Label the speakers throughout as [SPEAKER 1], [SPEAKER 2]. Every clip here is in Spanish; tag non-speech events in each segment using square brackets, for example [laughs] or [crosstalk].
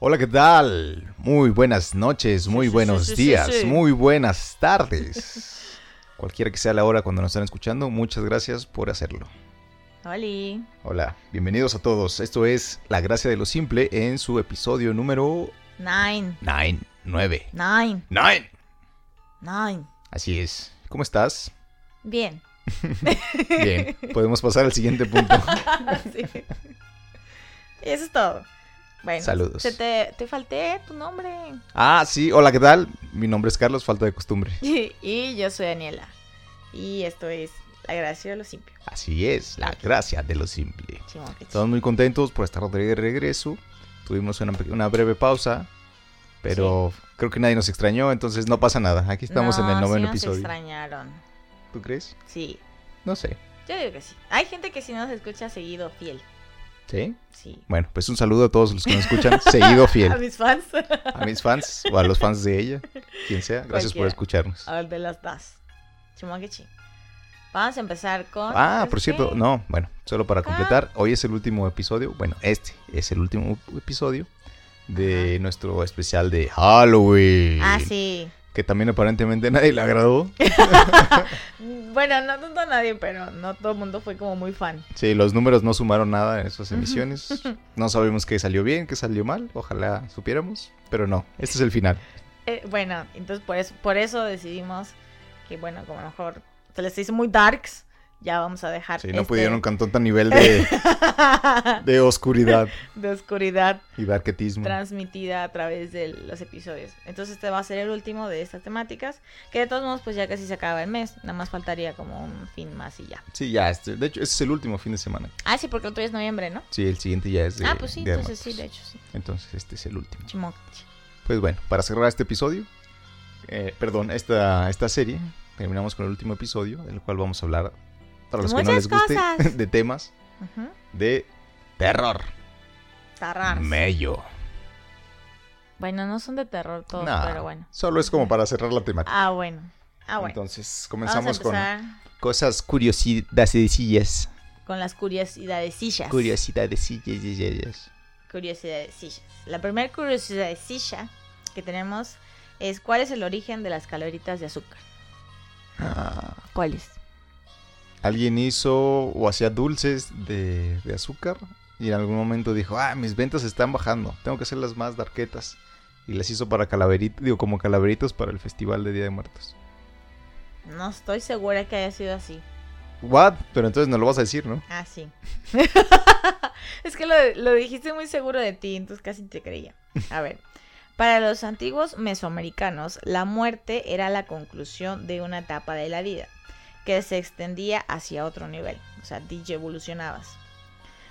[SPEAKER 1] Hola, ¿qué tal? Muy buenas noches, muy
[SPEAKER 2] sí,
[SPEAKER 1] buenos
[SPEAKER 2] sí, sí,
[SPEAKER 1] días,
[SPEAKER 2] sí.
[SPEAKER 1] muy buenas tardes. [laughs] Cualquiera que sea la hora cuando nos están escuchando, muchas gracias por hacerlo.
[SPEAKER 2] Oli.
[SPEAKER 1] Hola, bienvenidos a todos. Esto es La Gracia de lo Simple en su episodio número
[SPEAKER 2] Nine.
[SPEAKER 1] 9. 9.
[SPEAKER 2] Nine.
[SPEAKER 1] 9.
[SPEAKER 2] Nine.
[SPEAKER 1] Así es. ¿Cómo estás?
[SPEAKER 2] Bien. [laughs]
[SPEAKER 1] Bien. [laughs] Podemos pasar al siguiente punto. [laughs]
[SPEAKER 2] Sí. Y eso es todo. Bueno,
[SPEAKER 1] Saludos.
[SPEAKER 2] se te, te falté tu nombre. [laughs]
[SPEAKER 1] Ah, sí. Hola, ¿qué tal? Mi nombre es Carlos, falta de costumbre.
[SPEAKER 2] Y yo soy Daniela. Y esto es La Gracia de lo Simple.
[SPEAKER 1] Así es, La Gracia de lo Simple.
[SPEAKER 2] Simón, que
[SPEAKER 1] Estamos muy contentos por estar de regreso. Tuvimos una, una breve pausa, pero creo que nadie nos extrañó, entonces no pasa nada. Aquí estamos en
[SPEAKER 2] No,
[SPEAKER 1] el
[SPEAKER 2] sí
[SPEAKER 1] noveno
[SPEAKER 2] nos
[SPEAKER 1] episodio.
[SPEAKER 2] extrañaron.
[SPEAKER 1] ¿Tú crees?
[SPEAKER 2] Sí,
[SPEAKER 1] No sé.
[SPEAKER 2] yo digo que sí. Hay gente que sí nos escucha seguido, fiel.
[SPEAKER 1] ¿Sí?
[SPEAKER 2] Sí.
[SPEAKER 1] Bueno, pues un saludo a todos los que nos escuchan, [laughs] seguido
[SPEAKER 2] A [laughs]
[SPEAKER 1] fiel.
[SPEAKER 2] mis fans.
[SPEAKER 1] A mis fans o a los fans de ella, quien sea. Gracias por
[SPEAKER 2] Cualquiera.
[SPEAKER 1] escucharnos.
[SPEAKER 2] Al de las das. Simón, que sí. Vamos a empezar con.
[SPEAKER 1] Ah,
[SPEAKER 2] pues,
[SPEAKER 1] por
[SPEAKER 2] ¿qué? Ah.
[SPEAKER 1] cierto, no, bueno, solo para
[SPEAKER 2] Acá.
[SPEAKER 1] completar, hoy es el último episodio, bueno, este es el último episodio de nuestro especial de Halloween.
[SPEAKER 2] Ah, sí.
[SPEAKER 1] Que también aparentemente nadie le agradó.
[SPEAKER 2] Bueno, no tanto a nadie, pero no todo el mundo fue como muy fan.
[SPEAKER 1] Sí, los números no sumaron nada en esas emisiones. No sabemos qué salió bien, qué salió mal. Ojalá supiéramos. Pero no, este es el final.
[SPEAKER 2] Eh, bueno, entonces por eso, por eso decidimos que, bueno, como a lo mejor se les hizo muy darks, ya vamos a dejar.
[SPEAKER 1] Sí, no
[SPEAKER 2] este
[SPEAKER 1] pudieron cantar tan nivel
[SPEAKER 2] [laughs]
[SPEAKER 1] de, de oscuridad
[SPEAKER 2] de oscuridad
[SPEAKER 1] y de arquetismo.
[SPEAKER 2] transmitida a través de los episodios. Entonces este va a ser el último de estas temáticas, que de todos modos pues ya casi se acaba el mes, nada más faltaría como un fin más y ya.
[SPEAKER 1] Sí, ya, este, de hecho, este es el último fin de semana.
[SPEAKER 2] Ah, sí, porque el otro día es noviembre, ¿no?
[SPEAKER 1] Sí, el siguiente ya es de.
[SPEAKER 2] ah, pues sí,
[SPEAKER 1] Día de
[SPEAKER 2] entonces sí,
[SPEAKER 1] Muertos.
[SPEAKER 2] de hecho sí.
[SPEAKER 1] Entonces, este es el último.
[SPEAKER 2] Chimoc.
[SPEAKER 1] Pues bueno, para cerrar este episodio, eh, perdón, esta, esta serie, terminamos con el último episodio, del cual vamos a hablar, para los que no les
[SPEAKER 2] Muchas
[SPEAKER 1] guste, [laughs]
[SPEAKER 2] cosas.
[SPEAKER 1] de temas
[SPEAKER 2] Ujú.
[SPEAKER 1] de terror.
[SPEAKER 2] Está raro.
[SPEAKER 1] Mello.
[SPEAKER 2] Bueno, no son de terror todos,
[SPEAKER 1] Nah,
[SPEAKER 2] pero bueno.
[SPEAKER 1] Solo es como para cerrar la temática.
[SPEAKER 2] Ah, bueno. [laughs] Ah, bueno.
[SPEAKER 1] Entonces,
[SPEAKER 2] Vamos
[SPEAKER 1] comenzamos
[SPEAKER 2] a
[SPEAKER 1] con
[SPEAKER 2] empezar
[SPEAKER 1] cosas curiosidades.
[SPEAKER 2] con... las curiosidadecillas.
[SPEAKER 1] Curiosidades.
[SPEAKER 2] Curiosidadecillas. La primera curiosidadecilla que tenemos es ¿cuál es el origen de las caloritas de azúcar?
[SPEAKER 1] Ah,
[SPEAKER 2] ¿Cuál es?
[SPEAKER 1] Alguien hizo o hacía dulces de, de azúcar y en algún momento dijo, ah, mis ventas están bajando, tengo que hacerlas más darquetas. Y las hizo para calaveritas, digo, como calaveritas para el festival de Día de Muertos.
[SPEAKER 2] No estoy segura que haya sido así.
[SPEAKER 1] What? Pero entonces no lo vas a decir, ¿no?
[SPEAKER 2] Ah, sí. [laughs] es que lo, lo dijiste muy seguro de ti, entonces casi te creía. A ver. Para los antiguos mesoamericanos, la muerte era la conclusión de una etapa de la vida, que se extendía hacia otro nivel, o sea, DJ evolucionabas.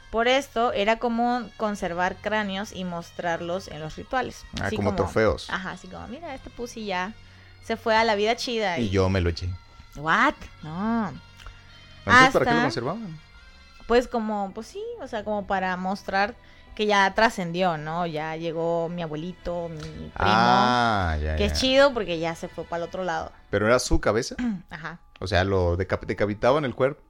[SPEAKER 2] Por esto era común conservar cráneos y mostrarlos en los rituales.
[SPEAKER 1] Ah,
[SPEAKER 2] Así
[SPEAKER 1] como, trofeos.
[SPEAKER 2] Ajá, así como, mira, este pussy ya se fue a la vida chida.
[SPEAKER 1] Y yo me lo eché.
[SPEAKER 2] ¿What? No.
[SPEAKER 1] Entonces, ¿para qué lo
[SPEAKER 2] Hasta-
[SPEAKER 1] conservaban?
[SPEAKER 2] pues como, pues sí, o sea, como para mostrar que ya trascendió, ¿no? Ya llegó mi abuelito, mi primo,
[SPEAKER 1] Ah, ya.
[SPEAKER 2] que
[SPEAKER 1] ya.
[SPEAKER 2] es chido porque ya se fue para el otro lado.
[SPEAKER 1] Pero era su cabeza.
[SPEAKER 2] Ajá.
[SPEAKER 1] O sea, lo decap- decapitaban el cuerpo.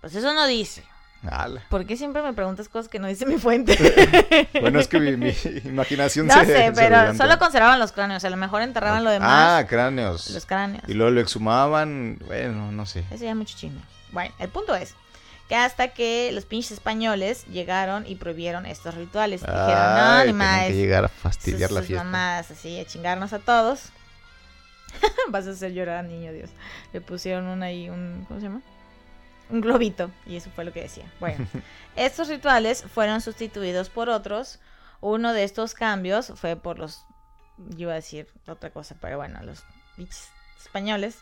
[SPEAKER 2] Pues eso no dice. [laughs]
[SPEAKER 1] Ala.
[SPEAKER 2] ¿Por qué siempre me preguntas cosas que no dice
[SPEAKER 1] [laughs]
[SPEAKER 2] mi fuente?
[SPEAKER 1] Bueno, es que mi, mi imaginación
[SPEAKER 2] [laughs] no
[SPEAKER 1] se
[SPEAKER 2] sé,
[SPEAKER 1] se
[SPEAKER 2] pero
[SPEAKER 1] adelantó.
[SPEAKER 2] solo conservaban los cráneos, a lo mejor enterraban lo demás,
[SPEAKER 1] Ah, cráneos.
[SPEAKER 2] los cráneos.
[SPEAKER 1] Y luego lo exhumaban. Bueno, no sé.
[SPEAKER 2] Eso ya es mucho chisme. Bueno, el punto es que hasta que los pinches españoles llegaron y prohibieron estos rituales. Dijeron, no,
[SPEAKER 1] Ay,
[SPEAKER 2] ni
[SPEAKER 1] tenían
[SPEAKER 2] más.
[SPEAKER 1] que llegar a
[SPEAKER 2] sus,
[SPEAKER 1] fastidiar la
[SPEAKER 2] sus
[SPEAKER 1] fiesta.
[SPEAKER 2] mamás, así, a chingarnos a todos. [laughs] Vas a hacer llorar al niño, Dios. Le pusieron un ahí, un, ¿cómo se llama? Un globito, y eso fue lo que decía.
[SPEAKER 1] [laughs]
[SPEAKER 2] Bueno, estos rituales fueron sustituidos por otros. Uno de estos cambios fue por los, yo iba a decir otra cosa, pero bueno, los bichos españoles,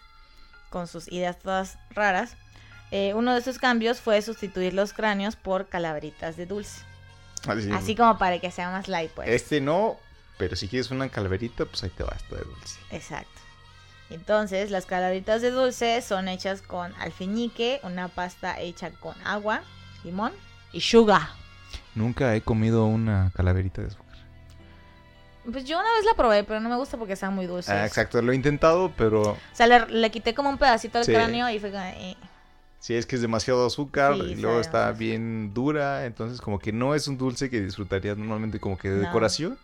[SPEAKER 2] con sus ideas todas raras. Eh, uno de estos cambios fue sustituir los cráneos por calaveritas de dulce.
[SPEAKER 1] Así,
[SPEAKER 2] Así como para que sea más light, pues.
[SPEAKER 1] Este no, pero si quieres una calaverita, pues ahí te va esto de dulce.
[SPEAKER 2] Exacto. Entonces, las calaveritas de dulce son hechas con alfeñique, una pasta hecha con agua, limón y sugar.
[SPEAKER 1] Nunca he comido una calaverita de azúcar.
[SPEAKER 2] Pues yo una vez la probé, pero no me gusta porque están muy dulces.
[SPEAKER 1] Ah, exacto, lo he intentado, pero
[SPEAKER 2] O sea, le, le quité como un pedacito al
[SPEAKER 1] Sí.
[SPEAKER 2] cráneo y fue como, eh,
[SPEAKER 1] Sí, es que es demasiado azúcar
[SPEAKER 2] Sí,
[SPEAKER 1] y
[SPEAKER 2] sabe
[SPEAKER 1] luego está
[SPEAKER 2] demasiado.
[SPEAKER 1] bien dura, entonces como que no es un dulce que disfrutarías normalmente como que de
[SPEAKER 2] No.
[SPEAKER 1] decoración.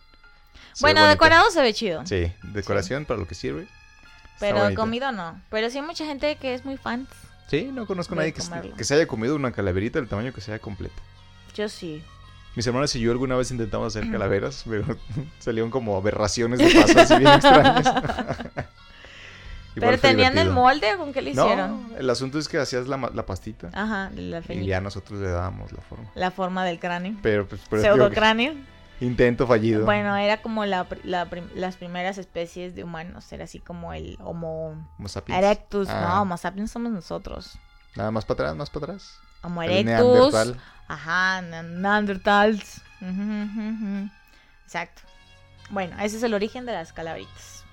[SPEAKER 1] Se ve
[SPEAKER 2] Bueno,
[SPEAKER 1] bonita.
[SPEAKER 2] decorado se ve chido.
[SPEAKER 1] Sí, decoración para lo que sirve. Está
[SPEAKER 2] pero
[SPEAKER 1] bonita.
[SPEAKER 2] comido no. Pero sí hay mucha gente que es muy fan.
[SPEAKER 1] Sí, no conozco a
[SPEAKER 2] Voy a
[SPEAKER 1] nadie que, est-
[SPEAKER 2] comerlo.
[SPEAKER 1] que se haya comido una calaverita del tamaño que sea completa.
[SPEAKER 2] Yo sí.
[SPEAKER 1] Mis hermanas y yo alguna vez intentamos hacer
[SPEAKER 2] Mm.
[SPEAKER 1] calaveras, pero [laughs] salieron como aberraciones de paso así bien
[SPEAKER 2] [laughs]
[SPEAKER 1] extrañas. Igual
[SPEAKER 2] pero
[SPEAKER 1] fue
[SPEAKER 2] tenían el
[SPEAKER 1] divertido.
[SPEAKER 2] molde o con qué le hicieron. Ah,
[SPEAKER 1] No, el asunto es que hacías la, ma- la pastita
[SPEAKER 2] Ajá, la
[SPEAKER 1] y
[SPEAKER 2] feñita.
[SPEAKER 1] ya nosotros le dábamos la forma.
[SPEAKER 2] La forma del cráneo.
[SPEAKER 1] Pero, pues, pero digo
[SPEAKER 2] Pseudo
[SPEAKER 1] que-
[SPEAKER 2] cráneo.
[SPEAKER 1] intento fallido.
[SPEAKER 2] Bueno, era como la, pri- la prim- las primeras especies de humanos. Era así como el Homo
[SPEAKER 1] Homo sapiens.
[SPEAKER 2] erectus.
[SPEAKER 1] Ah.
[SPEAKER 2] No, Homo sapiens somos nosotros.
[SPEAKER 1] Nada más para atrás, más para atrás.
[SPEAKER 2] Homo
[SPEAKER 1] El
[SPEAKER 2] erectus.
[SPEAKER 1] neandertal.
[SPEAKER 2] Ajá, ne- Neandertals. Ujú, ujú, ujú. Exacto. Bueno, ese es el origen de las calabritas.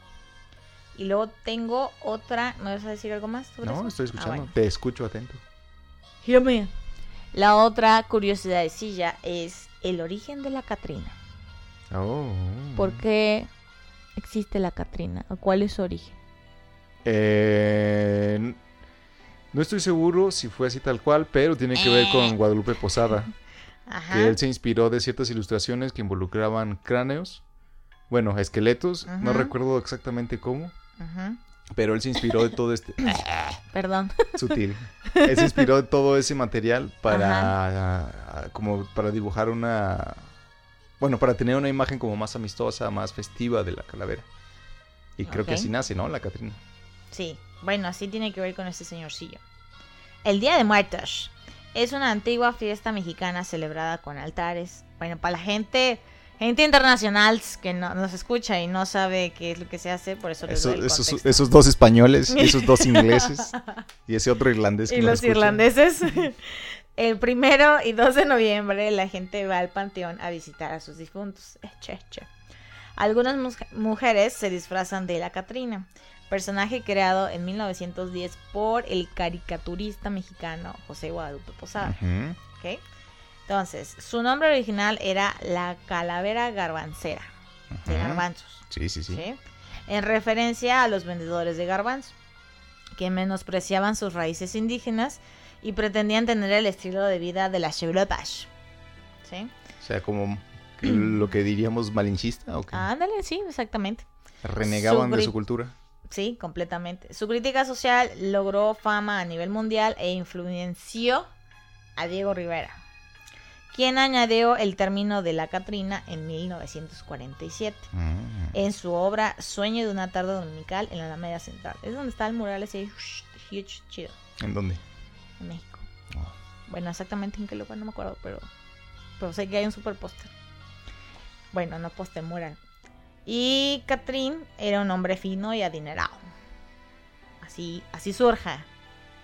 [SPEAKER 2] Y luego tengo otra. ¿Me vas a decir algo más? sobre
[SPEAKER 1] No,
[SPEAKER 2] eso?
[SPEAKER 1] estoy
[SPEAKER 2] Ah,
[SPEAKER 1] escuchando.
[SPEAKER 2] bueno.
[SPEAKER 1] Te escucho atento.
[SPEAKER 2] Gírame. La otra curiosidadcilla es el origen de la Catrina.
[SPEAKER 1] Oh.
[SPEAKER 2] ¿Por qué existe la Catrina? ¿O ¿Cuál es su origen?
[SPEAKER 1] Eh, n- no estoy seguro si fue así tal cual, pero tiene que ver con Guadalupe Posada.
[SPEAKER 2] Eh. Ajá.
[SPEAKER 1] que él se inspiró de ciertas ilustraciones que involucraban cráneos, bueno, esqueletos, no
[SPEAKER 2] Ujú.
[SPEAKER 1] recuerdo exactamente cómo,
[SPEAKER 2] Ujú.
[SPEAKER 1] pero él se inspiró de todo este
[SPEAKER 2] Perdón.
[SPEAKER 1] sutil. Él se inspiró de todo ese material para como para dibujar una bueno, para tener una imagen como más amistosa, más festiva de la calavera. Y creo que
[SPEAKER 2] Ok.
[SPEAKER 1] así nace, ¿no? La Catrina.
[SPEAKER 2] [laughs] Sí, bueno, así tiene que ver con este señorcillo. El Día de Muertos es una antigua fiesta mexicana celebrada con altares. Bueno, para la gente, gente internacional que no, nos escucha y no sabe qué es lo que se hace, por eso les
[SPEAKER 1] Eso-
[SPEAKER 2] doy el
[SPEAKER 1] esos,
[SPEAKER 2] contexto.
[SPEAKER 1] esos dos
[SPEAKER 2] [laughs]
[SPEAKER 1] españoles, y esos dos ingleses y ese otro irlandés. que
[SPEAKER 2] y
[SPEAKER 1] no
[SPEAKER 2] los
[SPEAKER 1] escucha. [laughs]
[SPEAKER 2] irlandeses. El primero y 2 de noviembre la gente va al panteón a visitar a sus difuntos. Eche, eche. Algunas mus- mujeres se disfrazan de la Catrina, personaje creado en 1910 por el caricaturista mexicano José Guadalupe Posada.
[SPEAKER 1] Ujú.
[SPEAKER 2] ¿ok? Entonces, su nombre original era la Calavera Garbancera, de
[SPEAKER 1] Ujú.
[SPEAKER 2] garbanzos.
[SPEAKER 1] Sí, sí, sí.
[SPEAKER 2] ¿sí? En referencia a los vendedores de garbanzo, que menospreciaban sus raíces indígenas y pretendían tener el estilo de vida de las Europas. ¿Sí?
[SPEAKER 1] O sea, como
[SPEAKER 2] [clears throat]
[SPEAKER 1] lo que diríamos malinchista o que
[SPEAKER 2] Ándale, sí, exactamente.
[SPEAKER 1] renegaban de
[SPEAKER 2] gri-
[SPEAKER 1] su cultura.
[SPEAKER 2] Sí, completamente. Su crítica social logró fama a nivel mundial e influenció a Diego Rivera, quien añadió el término de la Catrina en 1947. en su obra Sueño de una tarde dominical en la Alameda Central. Es donde está el mural ese huge, huge, chido
[SPEAKER 1] ¿En dónde?
[SPEAKER 2] en México.
[SPEAKER 1] Ah.
[SPEAKER 2] Bueno, exactamente en qué lugar no me acuerdo, pero, pero sé que hay un super póster. Bueno, no póster, mural. Y Catrín era un hombre fino y adinerado. Así, así surge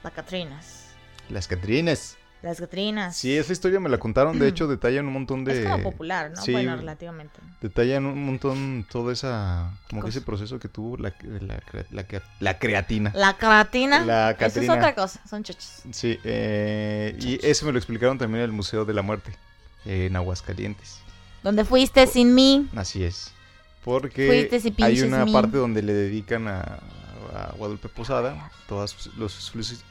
[SPEAKER 2] las Catrinas.
[SPEAKER 1] Las Catrinas.
[SPEAKER 2] Las Catrinas.
[SPEAKER 1] Sí, esa historia me la contaron. De
[SPEAKER 2] [clears throat]
[SPEAKER 1] hecho, detallan un montón de.
[SPEAKER 2] Es como popular, ¿no?
[SPEAKER 1] Sí.
[SPEAKER 2] Bueno, relativamente.
[SPEAKER 1] Detallan un montón todo esa. Como que
[SPEAKER 2] cosa?
[SPEAKER 1] ese proceso que tuvo la, la, cre- la cre- la creatina.
[SPEAKER 2] La Catrina.
[SPEAKER 1] La
[SPEAKER 2] Eso es
[SPEAKER 1] Catrina.
[SPEAKER 2] otra cosa, son chochos.
[SPEAKER 1] Sí, eh, y eso me lo explicaron también en el Museo de la Muerte, en Aguascalientes.
[SPEAKER 2] Donde fuiste sin mí.
[SPEAKER 1] Así es. Porque
[SPEAKER 2] Fuiste si
[SPEAKER 1] hay
[SPEAKER 2] pinches
[SPEAKER 1] una
[SPEAKER 2] mí.
[SPEAKER 1] parte donde le dedican a, a Guadalupe Posada todas sus, los- sus-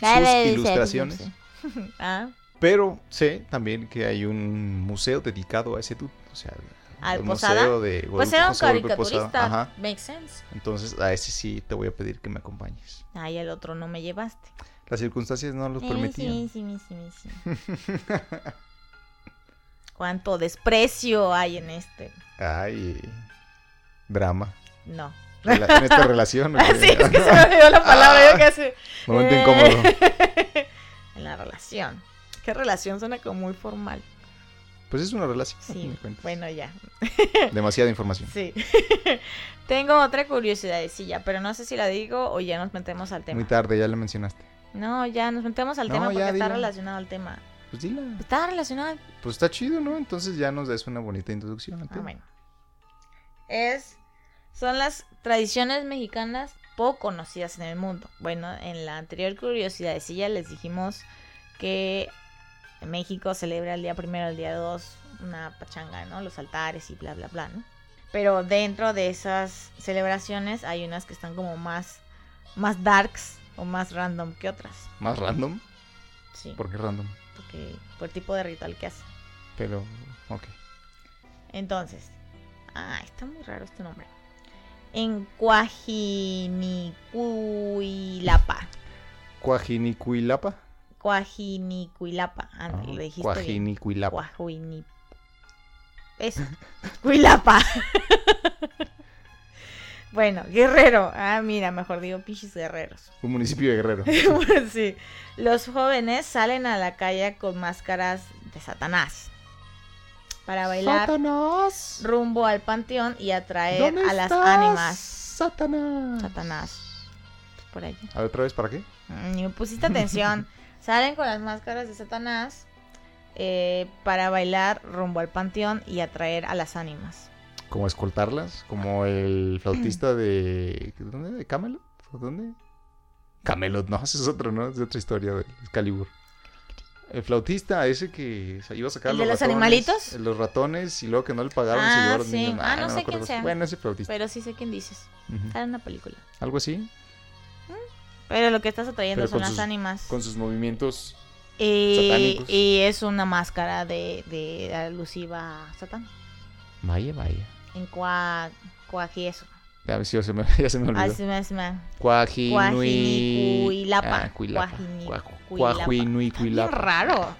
[SPEAKER 1] sus ilustraciones.
[SPEAKER 2] [laughs] ah,
[SPEAKER 1] Pero sé también que hay un museo dedicado a ese dude. O sea,
[SPEAKER 2] ¿Al
[SPEAKER 1] el
[SPEAKER 2] Posada?
[SPEAKER 1] museo de Guadalupe,
[SPEAKER 2] pues era un
[SPEAKER 1] José Guadalupe Posada.
[SPEAKER 2] caricaturista.
[SPEAKER 1] Ajá.
[SPEAKER 2] Makes sense.
[SPEAKER 1] Entonces, a ese sí te voy a pedir que me acompañes.
[SPEAKER 2] Ay, el otro no me llevaste.
[SPEAKER 1] Las circunstancias no los
[SPEAKER 2] Eh,
[SPEAKER 1] permitían.
[SPEAKER 2] sí, sí, sí,
[SPEAKER 1] [laughs]
[SPEAKER 2] sí, sí. Cuánto desprecio hay en este.
[SPEAKER 1] Ay, drama.
[SPEAKER 2] No.
[SPEAKER 1] Rela- en esta
[SPEAKER 2] [laughs]
[SPEAKER 1] relación. güey.
[SPEAKER 2] Así es que se me olvidó la palabra.
[SPEAKER 1] Ah.
[SPEAKER 2] Yo casi.
[SPEAKER 1] Momento
[SPEAKER 2] Ah, Eh.
[SPEAKER 1] incómodo.
[SPEAKER 2] En la relación. Qué relación suena como muy formal.
[SPEAKER 1] Pues es una relación. a fin
[SPEAKER 2] Sí.
[SPEAKER 1] de cuentas.
[SPEAKER 2] Bueno, ya.
[SPEAKER 1] Demasiada información.
[SPEAKER 2] Sí. [laughs] Tengo otra curiosidad, sí, ya, pero no sé si la digo o ya nos metemos al tema.
[SPEAKER 1] Muy tarde, ya la mencionaste.
[SPEAKER 2] No, ya nos metemos al
[SPEAKER 1] No,
[SPEAKER 2] tema porque
[SPEAKER 1] ya,
[SPEAKER 2] está
[SPEAKER 1] dila.
[SPEAKER 2] relacionado al tema.
[SPEAKER 1] Pues dila.
[SPEAKER 2] Está Ah, relacionado al
[SPEAKER 1] Pues está chido, ¿no? Entonces ya nos das una bonita introducción. al
[SPEAKER 2] Ah,
[SPEAKER 1] tema.
[SPEAKER 2] bueno. Es, son las tradiciones mexicanas poco conocidas en el mundo. Bueno, en la anterior curiosidad de silla les dijimos que México celebra el día primero, el día dos, una pachanga, ¿no? Los altares y bla, bla, bla, ¿no? Pero dentro de esas celebraciones hay unas que están como más, más darks o más random que otras.
[SPEAKER 1] Más random.
[SPEAKER 2] Sí.
[SPEAKER 1] Porque random.
[SPEAKER 2] Porque, por el tipo de ritual que hace.
[SPEAKER 1] Pero, ok.
[SPEAKER 2] Entonces. Ah, está muy raro este nombre. En Cuajinicuilapa.
[SPEAKER 1] Cuajinicuilapa.
[SPEAKER 2] Cuajinicuilapa. Ah,
[SPEAKER 1] Ah,
[SPEAKER 2] lo dijiste bien.
[SPEAKER 1] Cuajinicuilapa.
[SPEAKER 2] Cuajuini- Eso. Cuilapa. [laughs] bueno, guerrero. Ah, mira, mejor digo pichis guerreros. [laughs]
[SPEAKER 1] Un municipio de Guerrero.
[SPEAKER 2] sí. Los jóvenes salen a la calle con máscaras de Satanás. Para bailar
[SPEAKER 1] Satanás.
[SPEAKER 2] rumbo al panteón y atraer
[SPEAKER 1] ¿Dónde
[SPEAKER 2] a las
[SPEAKER 1] estás,
[SPEAKER 2] ánimas.
[SPEAKER 1] Satanás.
[SPEAKER 2] Satanás. Por allí.
[SPEAKER 1] A ver, otra vez, ¿para qué?
[SPEAKER 2] Mm, Ni me pusiste
[SPEAKER 1] [laughs]
[SPEAKER 2] atención. Salen con las máscaras de Satanás eh, para bailar rumbo al panteón y atraer a las ánimas.
[SPEAKER 1] Como escoltarlas, como el flautista de... ¿Dónde? ¿De Camelot? ¿Dónde? Camelot, no, ese es otro, ¿no? Es de otra historia de Excalibur. El flautista, ese que se iba a sacar
[SPEAKER 2] ¿El de los
[SPEAKER 1] ratones,
[SPEAKER 2] animalitos?
[SPEAKER 1] eh, Los ratones y luego que no le pagaron se
[SPEAKER 2] Ah,
[SPEAKER 1] llevaron
[SPEAKER 2] sí.
[SPEAKER 1] niños.
[SPEAKER 2] Ah, no
[SPEAKER 1] me
[SPEAKER 2] sé
[SPEAKER 1] acuerdo
[SPEAKER 2] quién sea. Pues,
[SPEAKER 1] Bueno, ese flautista.
[SPEAKER 2] Pero sí sé quién dices.
[SPEAKER 1] Ujú.
[SPEAKER 2] Era una película.
[SPEAKER 1] Algo así,
[SPEAKER 2] Pero lo que estás atrayendo
[SPEAKER 1] Pero
[SPEAKER 2] son
[SPEAKER 1] con
[SPEAKER 2] las
[SPEAKER 1] sus-
[SPEAKER 2] ánimas.
[SPEAKER 1] con sus movimientos.
[SPEAKER 2] Y,
[SPEAKER 1] satánicos.
[SPEAKER 2] y es una máscara de, de alusiva a Satán.
[SPEAKER 1] Vaya, vaya.
[SPEAKER 2] En cua, cuajieso.
[SPEAKER 1] Ya, sí, se me, [laughs] ya se me olvidó.
[SPEAKER 2] Ah, se me- se me- Cuajinicuilapa.
[SPEAKER 1] Cuajinicuilapa. Ah, cuilapa.
[SPEAKER 2] Cuajinicuilapa.
[SPEAKER 1] Cuaju- Cuajinicuilapa.
[SPEAKER 2] Bien raro.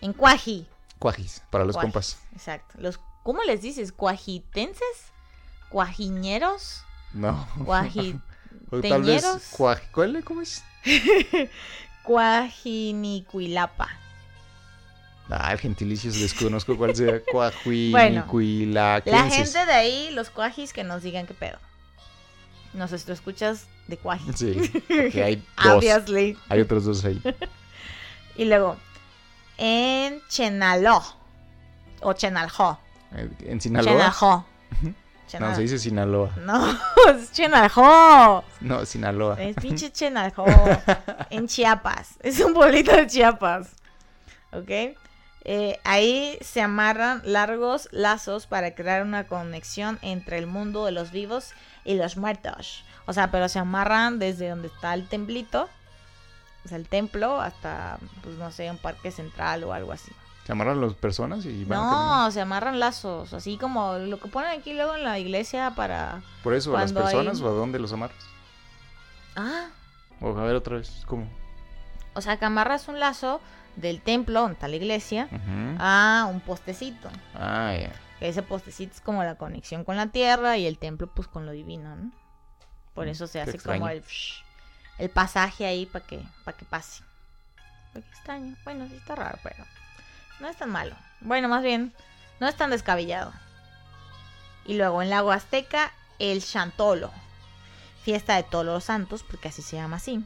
[SPEAKER 2] En cuaji.
[SPEAKER 1] Cuajis, para los
[SPEAKER 2] Cuajis,
[SPEAKER 1] compas.
[SPEAKER 2] Exacto. Los, ¿Cómo les dices? ¿Cuajitenses?
[SPEAKER 1] [laughs]
[SPEAKER 2] ¿Cuajiñeros?
[SPEAKER 1] No.
[SPEAKER 2] Cuaji-
[SPEAKER 1] [laughs] O tal vez
[SPEAKER 2] teñeros.
[SPEAKER 1] cuaj- ¿cuál- ¿Cómo es?
[SPEAKER 2] Cuajinicuilapa.
[SPEAKER 1] Ah, el gentilicio se desconozco cuál
[SPEAKER 2] [laughs]
[SPEAKER 1] sea.
[SPEAKER 2] Bueno, La
[SPEAKER 1] Cuajinicuilaquenses.
[SPEAKER 2] gente de ahí, los cuajis, que nos digan qué pedo. No sé si tú escuchas de cuajis.
[SPEAKER 1] Sí,
[SPEAKER 2] [laughs]
[SPEAKER 1] que hay dos.
[SPEAKER 2] Obviously.
[SPEAKER 1] Hay otros dos
[SPEAKER 2] [laughs]
[SPEAKER 1] ahí.
[SPEAKER 2] Y luego, en Chenaló. O Chenaljó.
[SPEAKER 1] En Sinaloa.
[SPEAKER 2] Chenaljó.
[SPEAKER 1] Ujú. No, se dice Sinaloa.
[SPEAKER 2] No, [laughs] es Chenaljó.
[SPEAKER 1] No, Sinaloa. [laughs]
[SPEAKER 2] Es pinche Chenaljó. en Chiapas. [laughs] Es un pueblito de Chiapas. ¿Ok? Eh, ahí se amarran largos lazos para crear una conexión entre el mundo de los vivos y los muertos. O sea, pero se amarran desde donde está el templito, o sea, el templo, hasta, pues no sé, un parque central o algo así.
[SPEAKER 1] Se amarran las personas y van caminando.
[SPEAKER 2] No, se amarran lazos, así como lo que ponen aquí luego en la iglesia para...
[SPEAKER 1] Por eso, ¿a las
[SPEAKER 2] cuando hay-
[SPEAKER 1] personas o a dónde los amarras?
[SPEAKER 2] Ah,
[SPEAKER 1] O, a ver otra vez, ¿cómo?
[SPEAKER 2] o sea, que amarras un lazo del templo, donde está la iglesia,
[SPEAKER 1] Ujú.
[SPEAKER 2] a un postecito.
[SPEAKER 1] Ah, ya.
[SPEAKER 2] Que ese postecito es como la conexión con la tierra y el templo pues con lo divino, ¿no? Por
[SPEAKER 1] Mm,
[SPEAKER 2] eso se
[SPEAKER 1] qué
[SPEAKER 2] hace como
[SPEAKER 1] extraño.
[SPEAKER 2] el, el pasaje ahí para que, para que pase. Pero Qué extraño. Bueno, sí está raro, pero no es tan malo. Bueno, más bien, no es tan descabellado. Y luego en la Huasteca, el Chantolo. Fiesta de todos los santos, porque así se llama así.